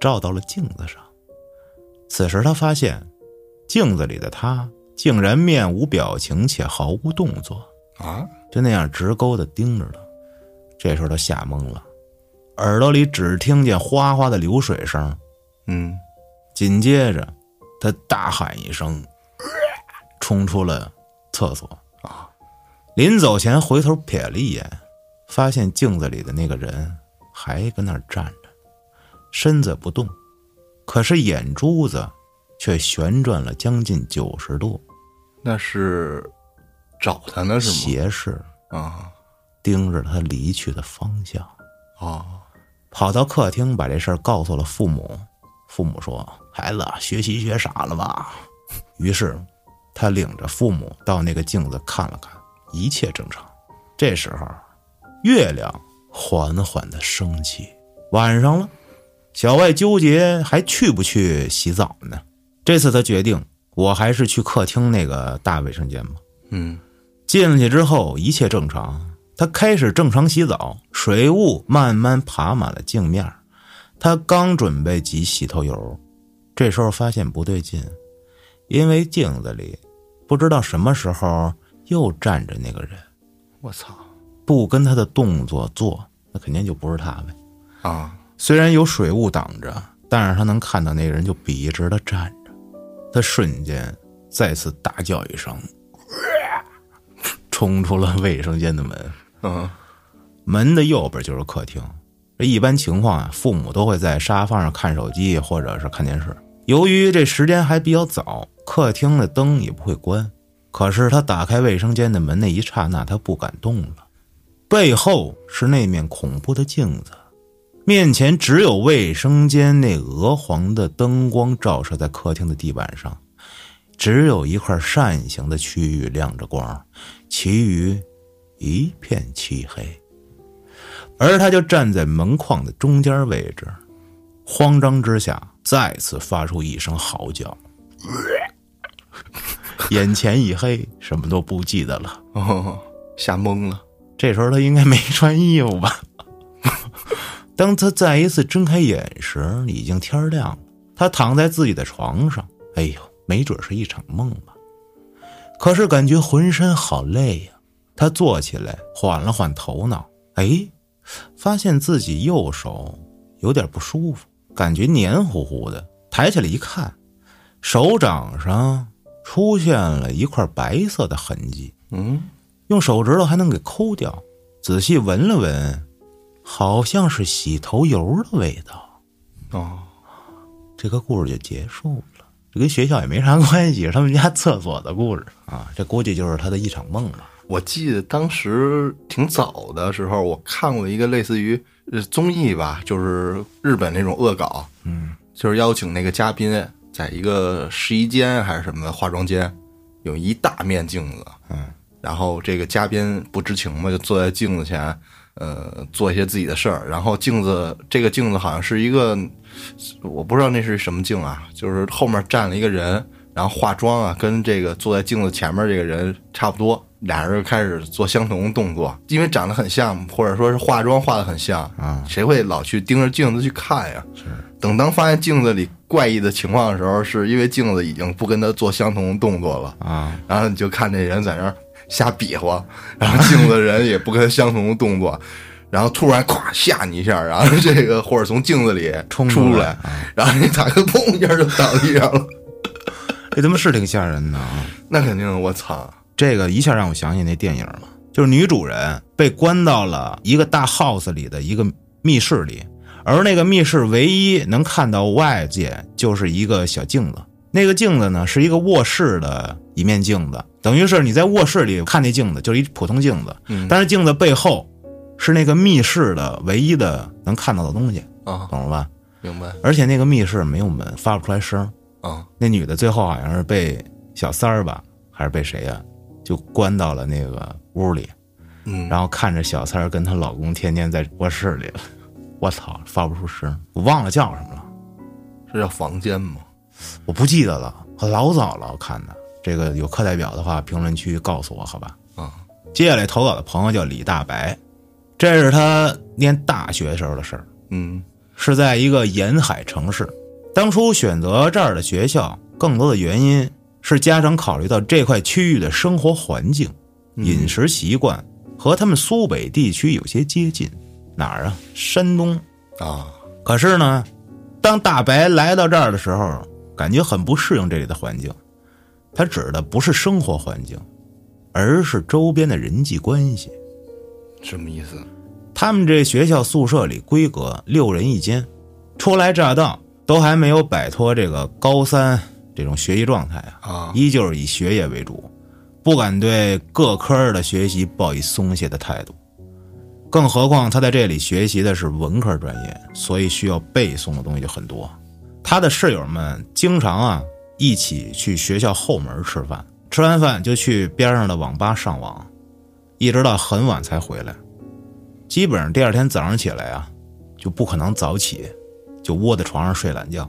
照到了镜子上。此时他发现，镜子里的他竟然面无表情且毫无动作，啊，就那样直勾的盯着他。这时候他吓懵了，耳朵里只听见哗哗的流水声，嗯，紧接着，他大喊一声，冲出了厕所啊！临走前回头瞥了一眼，发现镜子里的那个人还跟那儿站着，身子不动，可是眼珠子却旋转了将近九十度，那是找他呢是吗？斜视啊盯着他离去的方向。哦，跑到客厅把这事儿告诉了父母。父母说：“孩子，学习学傻了吧？”于是，他领着父母到那个镜子看了看，一切正常。这时候，月亮缓缓的升起，晚上了，小外纠结还去不去洗澡呢。这次他决定，我还是去客厅那个大卫生间吧。嗯，进去之后一切正常，他开始正常洗澡，水雾慢慢爬满了镜面儿。他刚准备挤洗头油，这时候发现不对劲，因为镜子里不知道什么时候又站着那个人，我操不跟他的动作做，那肯定就不是他呗。啊，虽然有水雾挡着，但是他能看到那个人就笔直的站着。他瞬间再次大叫一声， 冲出了卫生间的门。嗯，门的右边就是客厅。这一般情况啊，父母都会在沙发上看手机或者是看电视。由于这时间还比较早，客厅的灯也不会关。可是他打开卫生间的门那一刹那，他不敢动了。背后是那面恐怖的镜子，面前只有卫生间那鹅黄的灯光照射在客厅的地板上，只有一块扇形的区域亮着光，其余一片漆黑。而他就站在门框的中间位置，慌张之下再次发出一声嚎叫，眼前一黑，什么都不记得了。哦， 吓懵了，这时候他应该没穿衣服吧？ 当他再一次睁开眼时，已经天儿亮了。他躺在自己的床上，哎呦，没准是一场梦吧？可是感觉浑身好累呀、他坐起来，缓了缓头脑，哎，发现自己右手有点不舒服，感觉黏糊糊的。抬起来一看，手掌上出现了一块白色的痕迹。嗯，用手指头还能给抠掉。仔细闻了闻，好像是洗头油的味道。哦，这个故事就结束了，这跟学校也没啥关系，是他们家厕所的故事啊。这估计就是他的一场梦吧。我记得当时挺早的时候，我看过一个类似于呃综艺吧，就是日本那种恶搞，嗯，就是邀请那个嘉宾在一个试衣间还是什么化妆间，有一大面镜子，嗯，然后这个嘉宾不知情嘛，就坐在镜子前，呃，做一些自己的事儿，然后镜子这个镜子好像是一个，我不知道那是什么镜啊，就是后面站了一个人。然后化妆啊，跟这个坐在镜子前面这个人差不多，俩人就开始做相同的动作，因为长得很像，或者说是化妆化的很像啊，谁会老去盯着镜子去看呀？是。等当发现镜子里怪异的情况的时候，是因为镜子已经不跟他做相同的动作了啊。然后你就看这人在那儿瞎比划，然后镜子的人也不跟他相同的动作。然后突然咵吓你一下，然后这个或者从镜子里冲出出来啊来，然后那大哥砰一下就倒地上了。这他妈是挺吓人的啊！那肯定，我操！这个一下让我想起那电影了，就是女主人被关到了一个大 house 里的一个密室里，而那个密室唯一能看到外界就是一个小镜子。那个镜子呢，是一个卧室的一面镜子，等于是你在卧室里看那镜子，就是一普通镜子，但是镜子背后是那个密室的唯一的能看到的东西，啊，懂了吧？明白而且那个密室没有门，发不出来声儿。啊，那女的最后好像是被小三儿吧，还是被谁呀、就关到了那个屋里，嗯，然后看着小三儿跟她老公天天在卧室里，我操，发不出声，我忘了叫什么了，这叫房间吗？我不记得了，老早了，我看的。这个有课代表的话，评论区告诉我，好吧？啊，接下来投稿的朋友叫李大白，这是他念大学时候的事儿。嗯是在一个沿海城市。当初选择这儿的学校，更多的原因是家长考虑到这块区域的生活环境、饮食习惯和他们苏北地区有些接近。哪儿啊？山东。啊，可是呢，当大白来到这儿的时候，感觉很不适应这里的环境。他指的不是生活环境，而是周边的人际关系。什么意思？他们这学校宿舍里规格六人一间，初来乍到都还没有摆脱这个高三这种学习状态啊，啊，依旧是以学业为主，不敢对各科的学习抱以松懈的态度。更何况他在这里学习的是文科专业，所以需要背诵的东西就很多。他的室友们经常啊一起去学校后门吃饭，吃完饭就去边上的网吧上网，一直到很晚才回来。基本上第二天早上起来啊，就不可能早起，就窝在床上睡懒觉。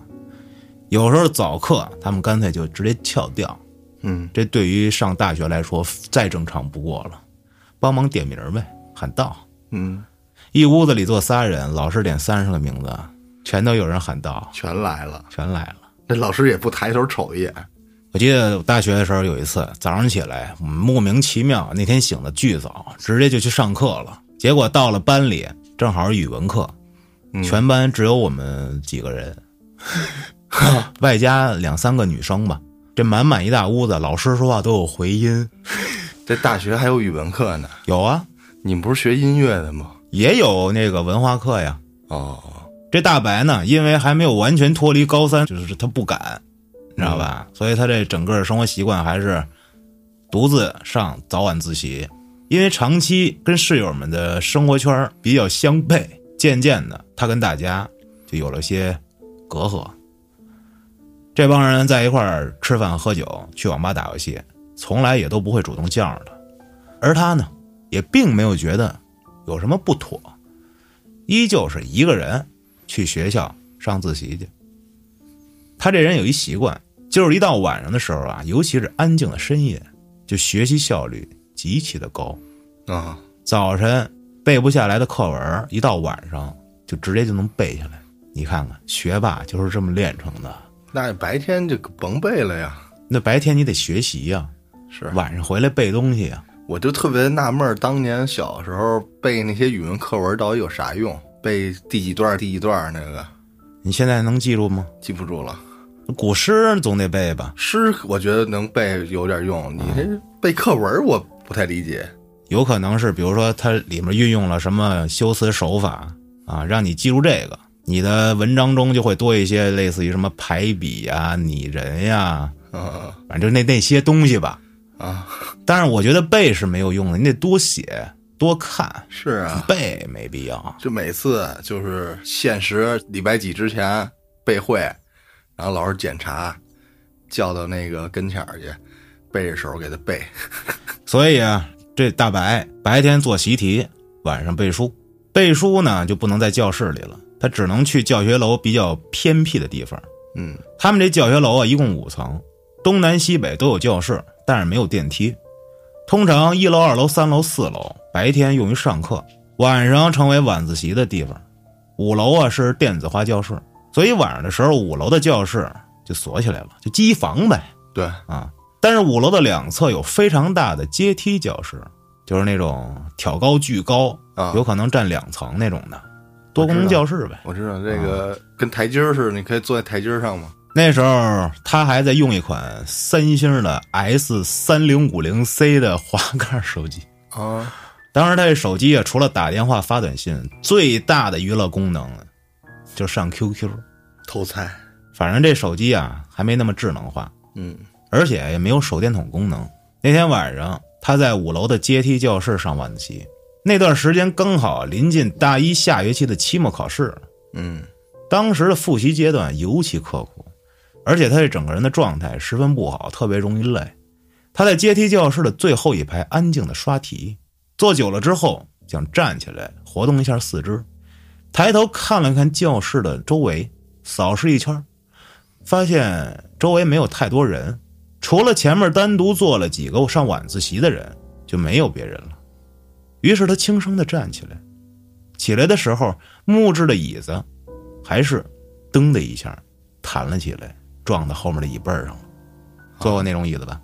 有时候早课他们干脆就直接翘掉，嗯这对于上大学来说再正常不过了。帮忙点名呗，喊到。嗯，一屋子里坐仨人，老师点三十个名字，全都有人喊到，全来了。全来了。那老师也不抬头瞅一眼。我记得我大学的时候有一次早上起来嗯莫名其妙，那天醒的巨早，直接就去上课了。结果到了班里，正好是语文课，全班只有我们几个人，外加两三个女生吧。这满满一大屋子，老师说话都有回音。这大学还有语文课呢，有啊，你们不是学音乐的吗？也有那个文化课呀。哦，这大白呢，因为还没有完全脱离高三，就是他不敢，你知道吧？所以他这整个生活习惯还是独自上早晚自习，因为长期跟室友们的生活圈儿比较相悖，渐渐的他跟大家就有了些隔阂。这帮人在一块儿吃饭、喝酒、去网吧打游戏，从来也都不会主动叫上他，而他呢，也并没有觉得有什么不妥，依旧是一个人去学校上自习去。他这人有一习惯，就是一到晚上的时候啊，尤其是安静的深夜，就学习效率极其的高。啊，早晨背不下来的课文，一到晚上就直接就能背下来。你看看，学霸就是这么练成的。那白天就甭背了呀。那白天你得学习呀、是，晚上回来背东西啊呀、我就特别纳闷儿，当年小时候背那些语文课文到底有啥用？背第几段儿第几段儿那个你现在能记住吗？记不住了。古诗总得背吧？嗯诗我觉得能背有点用，你这背课文我不太理解。有可能是比如说它里面运用了什么修辞手法啊，让你记住这个，你的文章中就会多一些类似于什么排比呀、拟人呀、啊反正就那那些东西吧。啊，但是我觉得背是没有用的，你得多写多看，是啊，背没必要。就每次就是限时礼拜几之前背会，然后老师检查，叫到那个跟前儿去，背着手给他背。所以啊，这大白白天做习题，晚上背书。背书呢就不能在教室里了，他只能去教学楼比较偏僻的地方。嗯他们这教学楼啊，一共五层，东南西北都有教室，但是没有电梯。通常一楼、二楼、三楼、四楼白天用于上课，晚上成为晚自习的地方。五楼啊是电子化教室，所以晚上的时候五楼的啊教室就锁起来了，就机房呗。，对，啊。但是五楼的两侧有非常大的阶梯教室，就是那种挑高巨高，啊有可能占两层那种的多功能教室呗。我知道这个跟台阶儿似的，你可以坐在台阶儿上嘛。那时候他还在用一款三星的 S 三零五零 C 的滑盖手机。啊，当时他这手机啊，除了打电话发短信，最大的娱乐功能就上 QQ。偷菜，反正这手机啊还没那么智能化，嗯而且也没有手电筒功能。那天晚上，他在五楼的阶梯教室上晚自习，那段时间刚好临近大一下学期的期末考试，嗯，当时的复习阶段尤其刻苦，而且他这整个人的状态十分不好，特别容易累。他在阶梯教室的最后一排安静的刷题，坐久了之后想站起来活动一下四肢，抬头看了看教室的周围，扫视一圈，发现周围没有太多人，除了前面单独坐了几个上晚自习的人，就没有别人了。于是他轻声地站起来，起来的时候，木质的椅子还是噔的一下弹了起来，撞到后面的椅背儿上了。坐过那种椅子吧？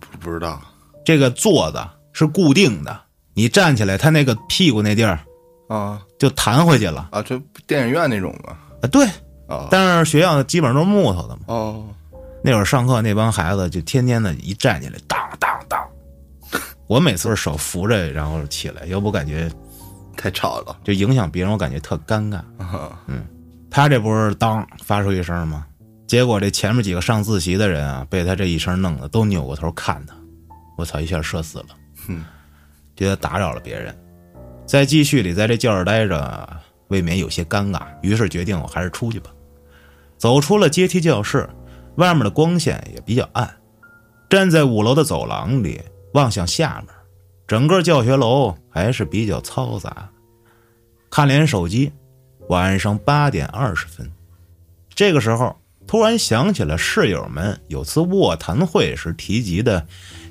不不知道这个座子是固定的，你站起来，它那个屁股那地儿啊就弹回去了。啊，这电影院那种嘛。啊，对，啊但是学校基本上都是木头的嘛。哦，那会儿上课那帮孩子就天天的，一站起来，当当 当。我每次是手扶着，然后起来，要不感觉太吵了 就影响别人，我感觉特尴尬。啊他这不是当发出一声吗？结果这前面几个上自习的人啊，被他这一声弄得都扭过头看他，我操，一下社死了，嗯，觉得打扰了别人，再继续里在这教室待着，未免有些尴尬，于是决定我还是出去吧。走出了阶梯教室，外面的光线也比较暗，站在五楼的走廊里望向下面，整个教学楼还是比较嘈杂的。看了眼手机，晚上八点二十分，这个时候突然想起了室友们有次卧谈会时提及的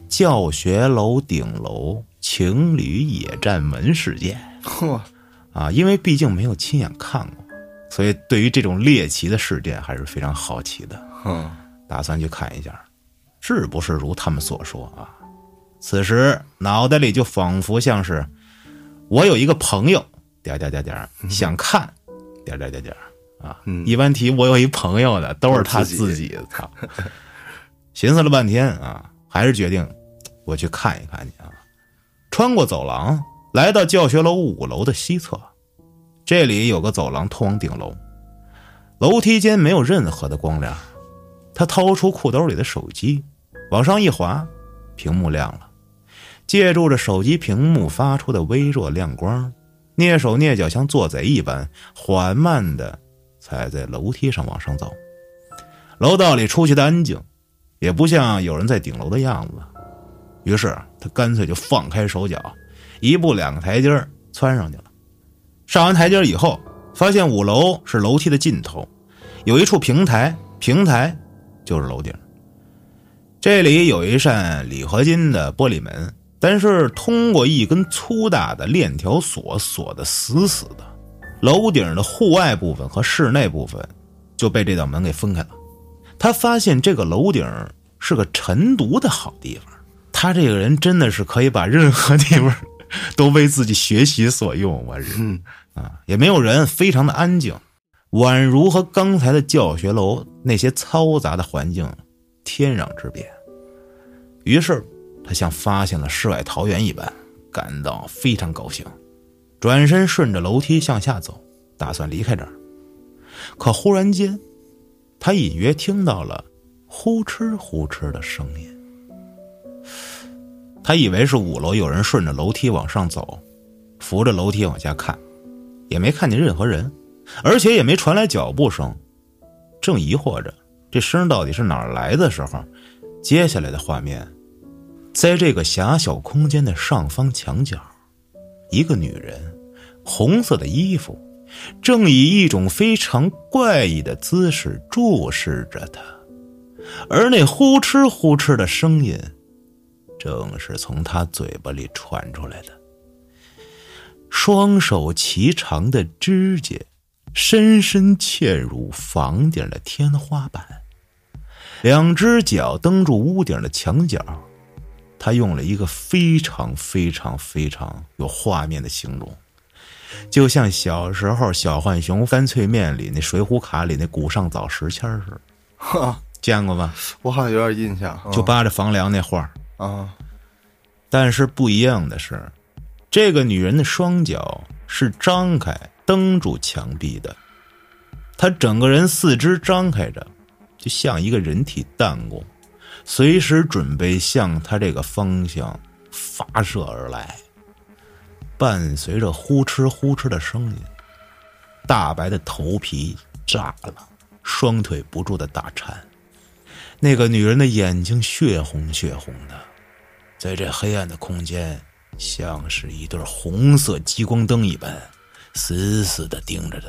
教学楼顶楼情侣野战门事件嚯，啊，因为毕竟没有亲眼看过，所以对于这种猎奇的事件还是非常好奇的。嗯打算去看一下，是不是如他们所说啊？此时脑袋里就仿佛像是我有一个朋友，点点点点想看，点点点点啊！嗯一般提我有一朋友的都是他自都是自己，操！寻思了半天啊，还是决定我去看一看去啊。穿过走廊，来到教学楼五楼的西侧，这里有个走廊通往顶楼，楼梯间没有任何的光亮。他掏出裤兜里的手机，往上一滑，屏幕亮了。借助着手机屏幕发出的微弱亮光，蹑手蹑脚，像做贼一般，缓慢的踩在楼梯上往上走。楼道里出奇的安静，也不像有人在顶楼的样子。于是他干脆就放开手脚，一步两个台阶儿窜上去了。上完台阶儿以后，发现五楼是楼梯的尽头，有一处平台，平台就是楼顶。这里有一扇铝合金的玻璃门，但是通过一根粗大的链条锁锁得死死的。楼顶的户外部分和室内部分就被这道门给分开了。他发现这个楼顶是个晨读的好地方。他这个人真的是可以把任何地方 都为自己学习所用，我是嗯啊，也没有人，非常的安静，宛如和刚才的教学楼那些嘈杂的环境天壤之别。于是，他像发现了世外桃源一般，感到非常高兴，转身顺着楼梯向下走，打算离开这儿。可忽然间，他隐约听到了呼哧呼哧的声音。他以为是五楼有人顺着楼梯往上走，扶着楼梯往下看，也没看见任何人，而且也没传来脚步声。正疑惑着这声到底是哪儿来的时候，接下来的画面，在这个狭小空间的上方墙角，一个女人，红色的衣服，正以一种非常怪异的姿势注视着他，而那呼哧呼哧的声音。正是从他嘴巴里传出来的。双手齐长的指甲，深深嵌入房顶的天花板，两只脚蹬住屋顶的墙角。他用了一个非常非常非常有画面的形容，就像小时候小浣熊翻脆面里那《水浒卡》里那古上早时迁似的，哈，见过吧？我好像有点印象，就扒着房梁那画儿。啊，但是不一样的是，这个女人的双脚是张开蹬住墙壁的，她整个人四肢张开着，就像一个人体弹弓，随时准备向她这个方向发射而来。伴随着呼哧呼哧的声音，大白的头皮炸了，双腿不住的打颤。那个女人的眼睛血红血红的，在这黑暗的空间，像是一对红色激光灯一般，死死地盯着他，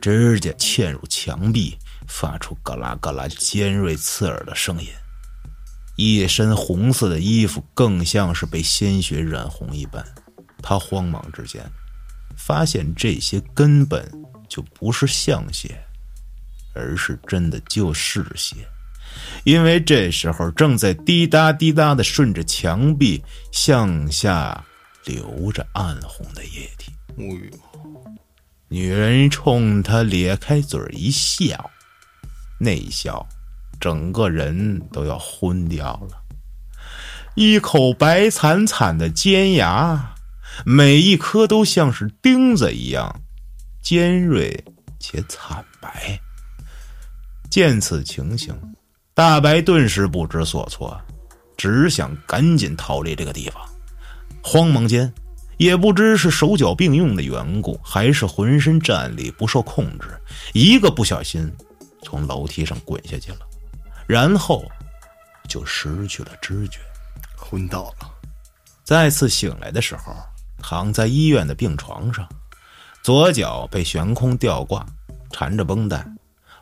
指甲嵌入墙壁，发出嘎啦嘎啦尖锐刺耳的声音。一身红色的衣服更像是被鲜血染红一般。他慌忙之间，发现这些根本就不是象血，而是真的就是血。因为这时候正在滴答滴答的顺着墙壁向下流着暗红的液体。木鱼，女人冲他咧开嘴儿一笑，那一笑，整个人都要昏掉了。一口白惨惨的尖牙，每一颗都像是钉子一样尖锐且惨白。见此情形，大白顿时不知所措，只想赶紧逃离这个地方。慌忙间，也不知是手脚并用的缘故，还是浑身站立不受控制，一个不小心从楼梯上滚下去了，然后就失去了知觉。昏倒了，再次醒来的时候，躺在医院的病床上，左脚被悬空吊挂，缠着绷带，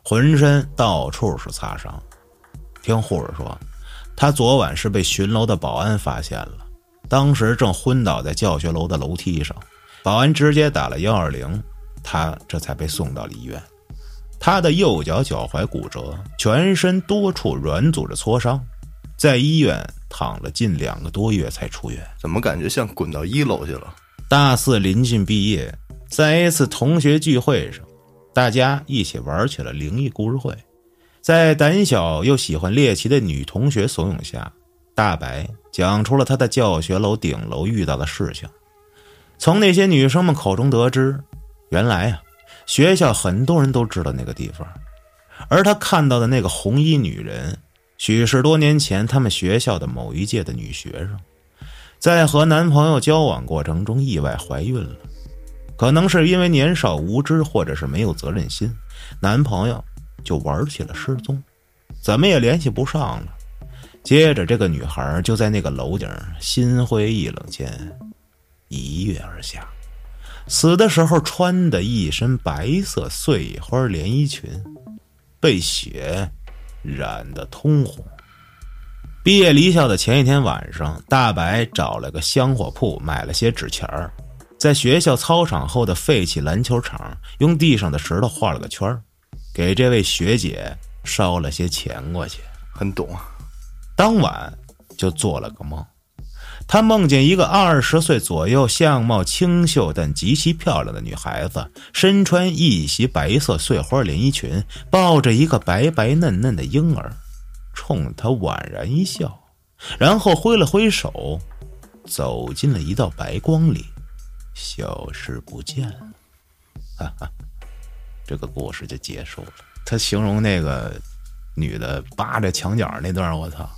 浑身到处是擦伤。听护士说，他昨晚是被巡楼的保安发现了，当时正昏倒在教学楼的楼梯上，保安直接打了幺二零，他这才被送到了医院。他的右脚脚踝骨折，全身多处软组织挫伤，在医院躺了近两个多月才出院。怎么感觉像滚到一楼去了？大四临近毕业，在一次同学聚会上，大家一起玩起了灵异故事会。在胆小又喜欢猎奇的女同学怂恿下，大白讲出了他在教学楼顶楼遇到的事情。从那些女生们口中得知，原来啊，学校很多人都知道那个地方，而他看到的那个红衣女人，许是多年前他们学校的某一届的女学生。在和男朋友交往过程中意外怀孕了，可能是因为年少无知或者是没有责任心，男朋友就玩起了失踪，怎么也联系不上了。接着，这个女孩就在那个楼顶心灰意冷间一跃而下，死的时候穿的一身白色碎花连衣裙，被血染得通红。毕业离校的前一天晚上，大白找了个香火铺买了些纸钱儿，在学校操场后的废弃篮球场用地上的石头画了个圈儿，给这位学姐捎了些钱过去。很懂啊，当晚就做了个梦，他梦见一个二十岁左右、相貌清秀但极其漂亮的女孩子，身穿一袭白色碎花连衣裙，抱着一个白白嫩嫩的婴儿，冲他婉然一笑，然后挥了挥手，走进了一道白光里，消失不见了。哈哈，这个故事就结束了。他形容那个女的扒着墙角那段儿，我操，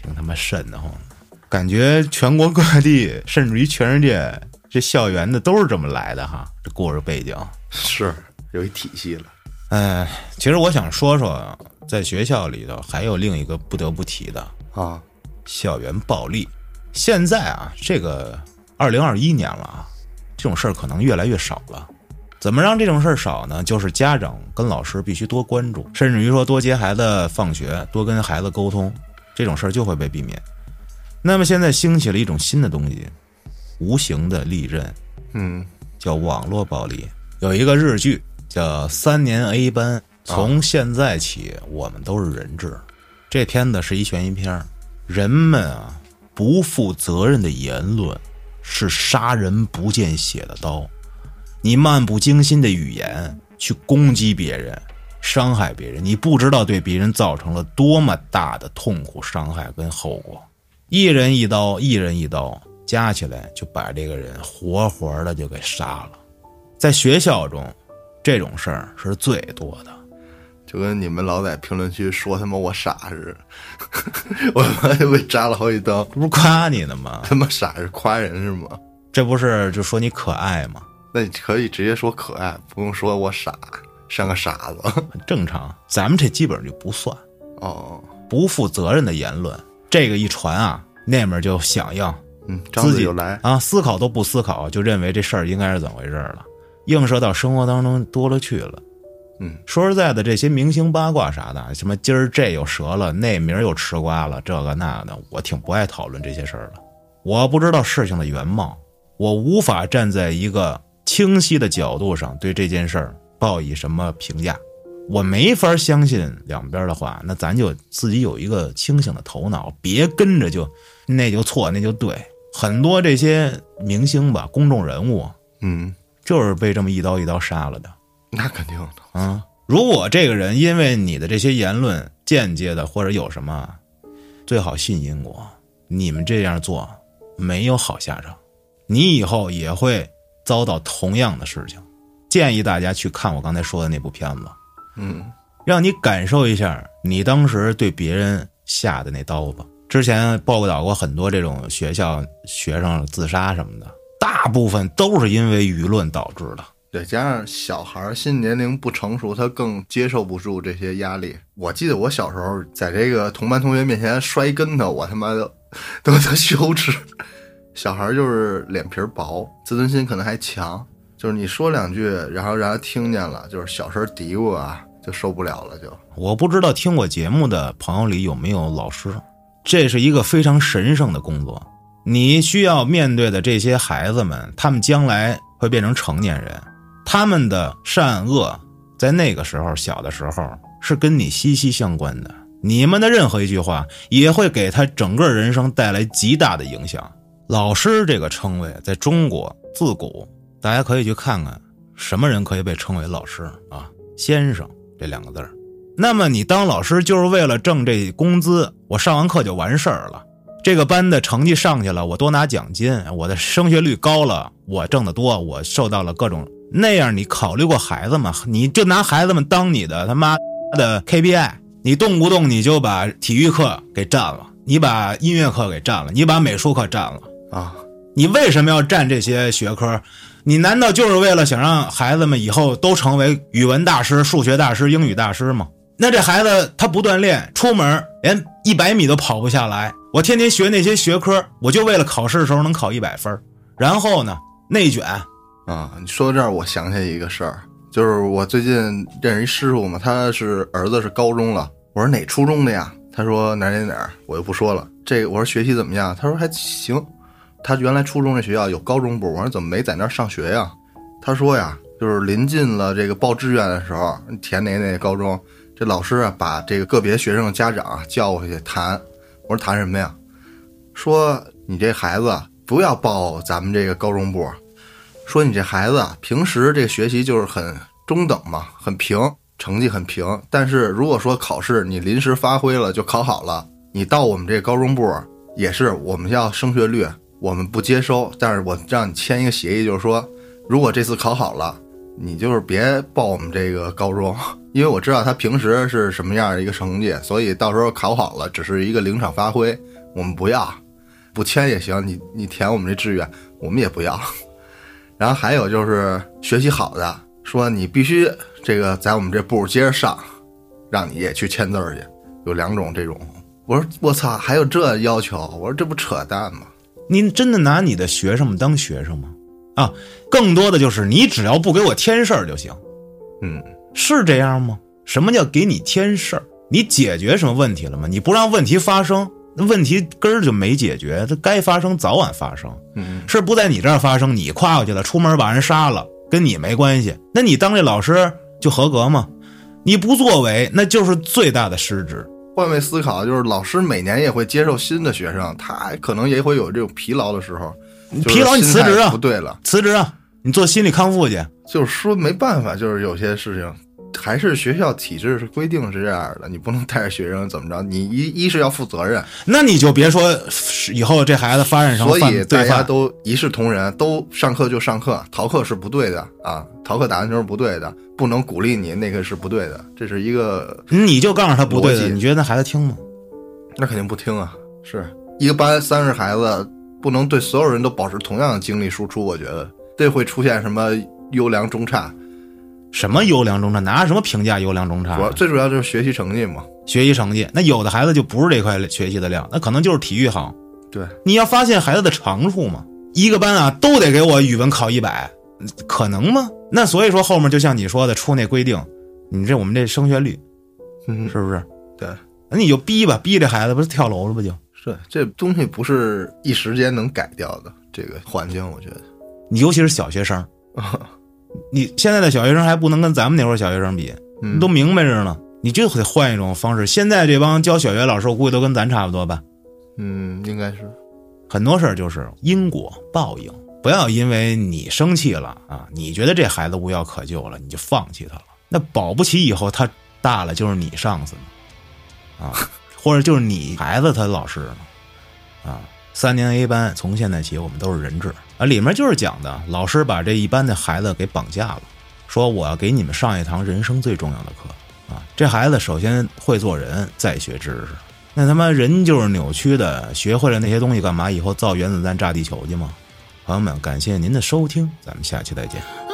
挺他妈瘆得慌的。感觉全国各地，甚至于全世界，这校园的都是这么来的哈。这故事背景，是有一体系了。哎，其实我想说说，在学校里头还有另一个不得不提的，啊，校园暴力。现在啊，这个二零二一年了啊，这种事儿可能越来越少了。怎么让这种事儿少呢？就是家长跟老师必须多关注，甚至于说多接孩子放学，多跟孩子沟通，这种事儿就会被避免。那么现在兴起了一种新的东西，无形的利刃，嗯，叫网络暴力。有一个日剧叫《三年 A 班》，从现在起我们都是人质。这片子是一悬疑片儿，人们啊不负责任的言论是杀人不见血的刀，你漫不经心的语言去攻击别人。伤害别人，你不知道对别人造成了多么大的痛苦、伤害跟后果。一人一刀，一人一刀，加起来就把这个人活活的就给杀了。在学校中，这种事儿是最多的。就跟你们老在评论区说他妈我傻似的， 我他妈就被扎了好几刀，这不是夸你呢吗？他妈傻是夸人是吗？这不是就说你可爱吗？那你可以直接说可爱，不用说我傻，像个傻子。 很正常。咱们这基本上就不算哦，不负责任的言论，这个一传啊，那面就响应，嗯，张自嘴己就来，啊，思考都不思考，就认为这事儿应该是怎么回事儿了，映射到生活当中多了去了。嗯，说实在的，这些明星八卦啥的，什么今儿这又折了，那明儿又吃瓜了，这个那的，我挺不爱讨论这些事儿的。我不知道事情的原貌，我无法站在一个清晰的角度上对这件事儿报以什么评价。我没法相信两边的话，那咱就自己有一个清醒的头脑，别跟着就那就错那就对。很多这些明星吧，公众人物嗯，就是被这么一刀一刀杀了的。那肯定的，啊，如果这个人因为你的这些言论间接的或者有什么，最好信因果。你们这样做没有好下场，你以后也会遭到同样的事情。建议大家去看我刚才说的那部片子，嗯，让你感受一下你当时对别人下的那刀吧。之前报道过很多这种学校学生自杀什么的，大部分都是因为舆论导致的。对，加上小孩儿心理年龄不成熟，他更接受不住这些压力。我记得我小时候在这个同班同学面前摔一跟头，我他妈都都都羞耻。小孩儿就是脸皮儿薄，自尊心可能还强，就是你说两句，然后让他听见了，就是小声嘀咕啊，就受不了了就，我不知道听我节目的朋友里有没有老师，这是一个非常神圣的工作。你需要面对的这些孩子们，他们将来会变成成年人，他们的善恶在那个时候小的时候是跟你息息相关的。你们的任何一句话也会给他整个人生带来极大的影响。老师这个称谓在中国自古，大家可以去看看什么人可以被称为老师啊，先生这两个字儿。那么你当老师就是为了挣这工资，我上完课就完事儿了。这个班的成绩上去了，我多拿奖金，我的升学率高了，我挣得多，我受到了各种那样。你考虑过孩子吗？你就拿孩子们当你的他妈的 KPI，你动不动你就把体育课给占了，你把音乐课给占了，你把美术课占了。啊，你为什么要占这些学科？你难道就是为了想让孩子们以后都成为语文大师、数学大师、英语大师吗？那这孩子他不锻炼，出门连一百米都跑不下来。我天天学那些学科，我就为了考试的时候能考一百分儿。然后呢，内卷，啊，你说到这儿，我想起一个事儿，就是我最近认识一师傅嘛，他是儿子是高中了，我说哪初中的呀？他说哪儿哪儿哪儿，我就不说了。这个我说学习怎么样？他说还行。他原来初中这学校有高中部，我说怎么没在那儿上学呀？他说呀，就是临近了这个报志愿的时候，填哪哪高中，这老师啊把这个个别学生的家长啊叫过去谈。我说谈什么呀？说你这孩子啊不要报咱们这个高中部，说你这孩子啊，平时这学习就是很中等嘛，很平，成绩很平。但是如果说考试你临时发挥了就考好了，你到我们这高中部也是我们要升学率我们不接收，但是我让你签一个协议，就是说，如果这次考好了，你就是别报我们这个高中，因为我知道他平时是什么样的一个成绩，所以到时候考好了只是一个临场发挥，我们不要，不签也行，你你填我们这志愿，我们也不要。然后还有就是学习好的，说你必须这个在我们这部接着上，让你也去签字儿去，有两种这种。我说我操，还有这要求？我说这不扯淡吗？您真的拿你的学生们当学生吗？啊，更多的就是你只要不给我添事儿就行，嗯，是这样吗？什么叫给你添事儿？你解决什么问题了吗？你不让问题发生，那问题根儿就没解决，它该发生早晚发生，嗯，是不在你这儿发生，你跨过去了，出门把人杀了，跟你没关系。那你当这老师就合格吗？你不作为，那就是最大的失职。换位思考就是老师每年也会接受新的学生，他可能也会有这种疲劳的时候，就是疲劳你辞职啊心态不对了，辞职啊，你做心理康复去。就是说没办法，就是有些事情还是学校体制是规定是这样的，你不能带着学生怎么着，你一一是要负责任，那你就别说以后这孩子发展成所犯以大罪家犯，都一视同仁，都上课就上课，逃课是不对的啊，逃课打篮球是不对的，不能鼓励你那个是不对的，这是一个你就告诉他不对逻的，辑你觉得那孩子听吗？那肯定不听啊，是一个班三十孩子，不能对所有人都保持同样的精力输出，我觉得这会出现什么优良中差，什么优良中差，拿什么评价优良中差主要呢？最主要就是学习成绩嘛，学习成绩，那有的孩子就不是这块学习的料，那可能就是体育好。对，你要发现孩子的长处嘛，一个班啊都得给我语文考一百，可能吗？那所以说后面就像你说的出那规定，你这我们这升学率嗯，是不是？对。那你就逼吧，逼这孩子不是跳楼了不就？是这东西不是一时间能改掉的，这个环境我觉得，你尤其是小学 生，你现在的小学生还不能跟咱们那会儿小学生比，嗯，你都明白着呢，你就得换一种方式。现在这帮教小学老师，我估计都跟咱差不多吧。嗯，应该是很多事儿就是因果报应，不要因为你生气了啊，你觉得这孩子无药可救了，你就放弃他了。那保不齐以后他大了就是你上司呢，啊，或者就是你孩子他老师呢，啊，三年 A 班从现在起我们都是人质啊，里面就是讲的老师把这一班的孩子给绑架了，说我要给你们上一堂人生最重要的课啊，这孩子首先会做人，再学知识。那他妈人就是扭曲的，学会了那些东西干嘛？以后造原子弹炸地球去吗？朋友们，感谢您的收听，咱们下期再见。啊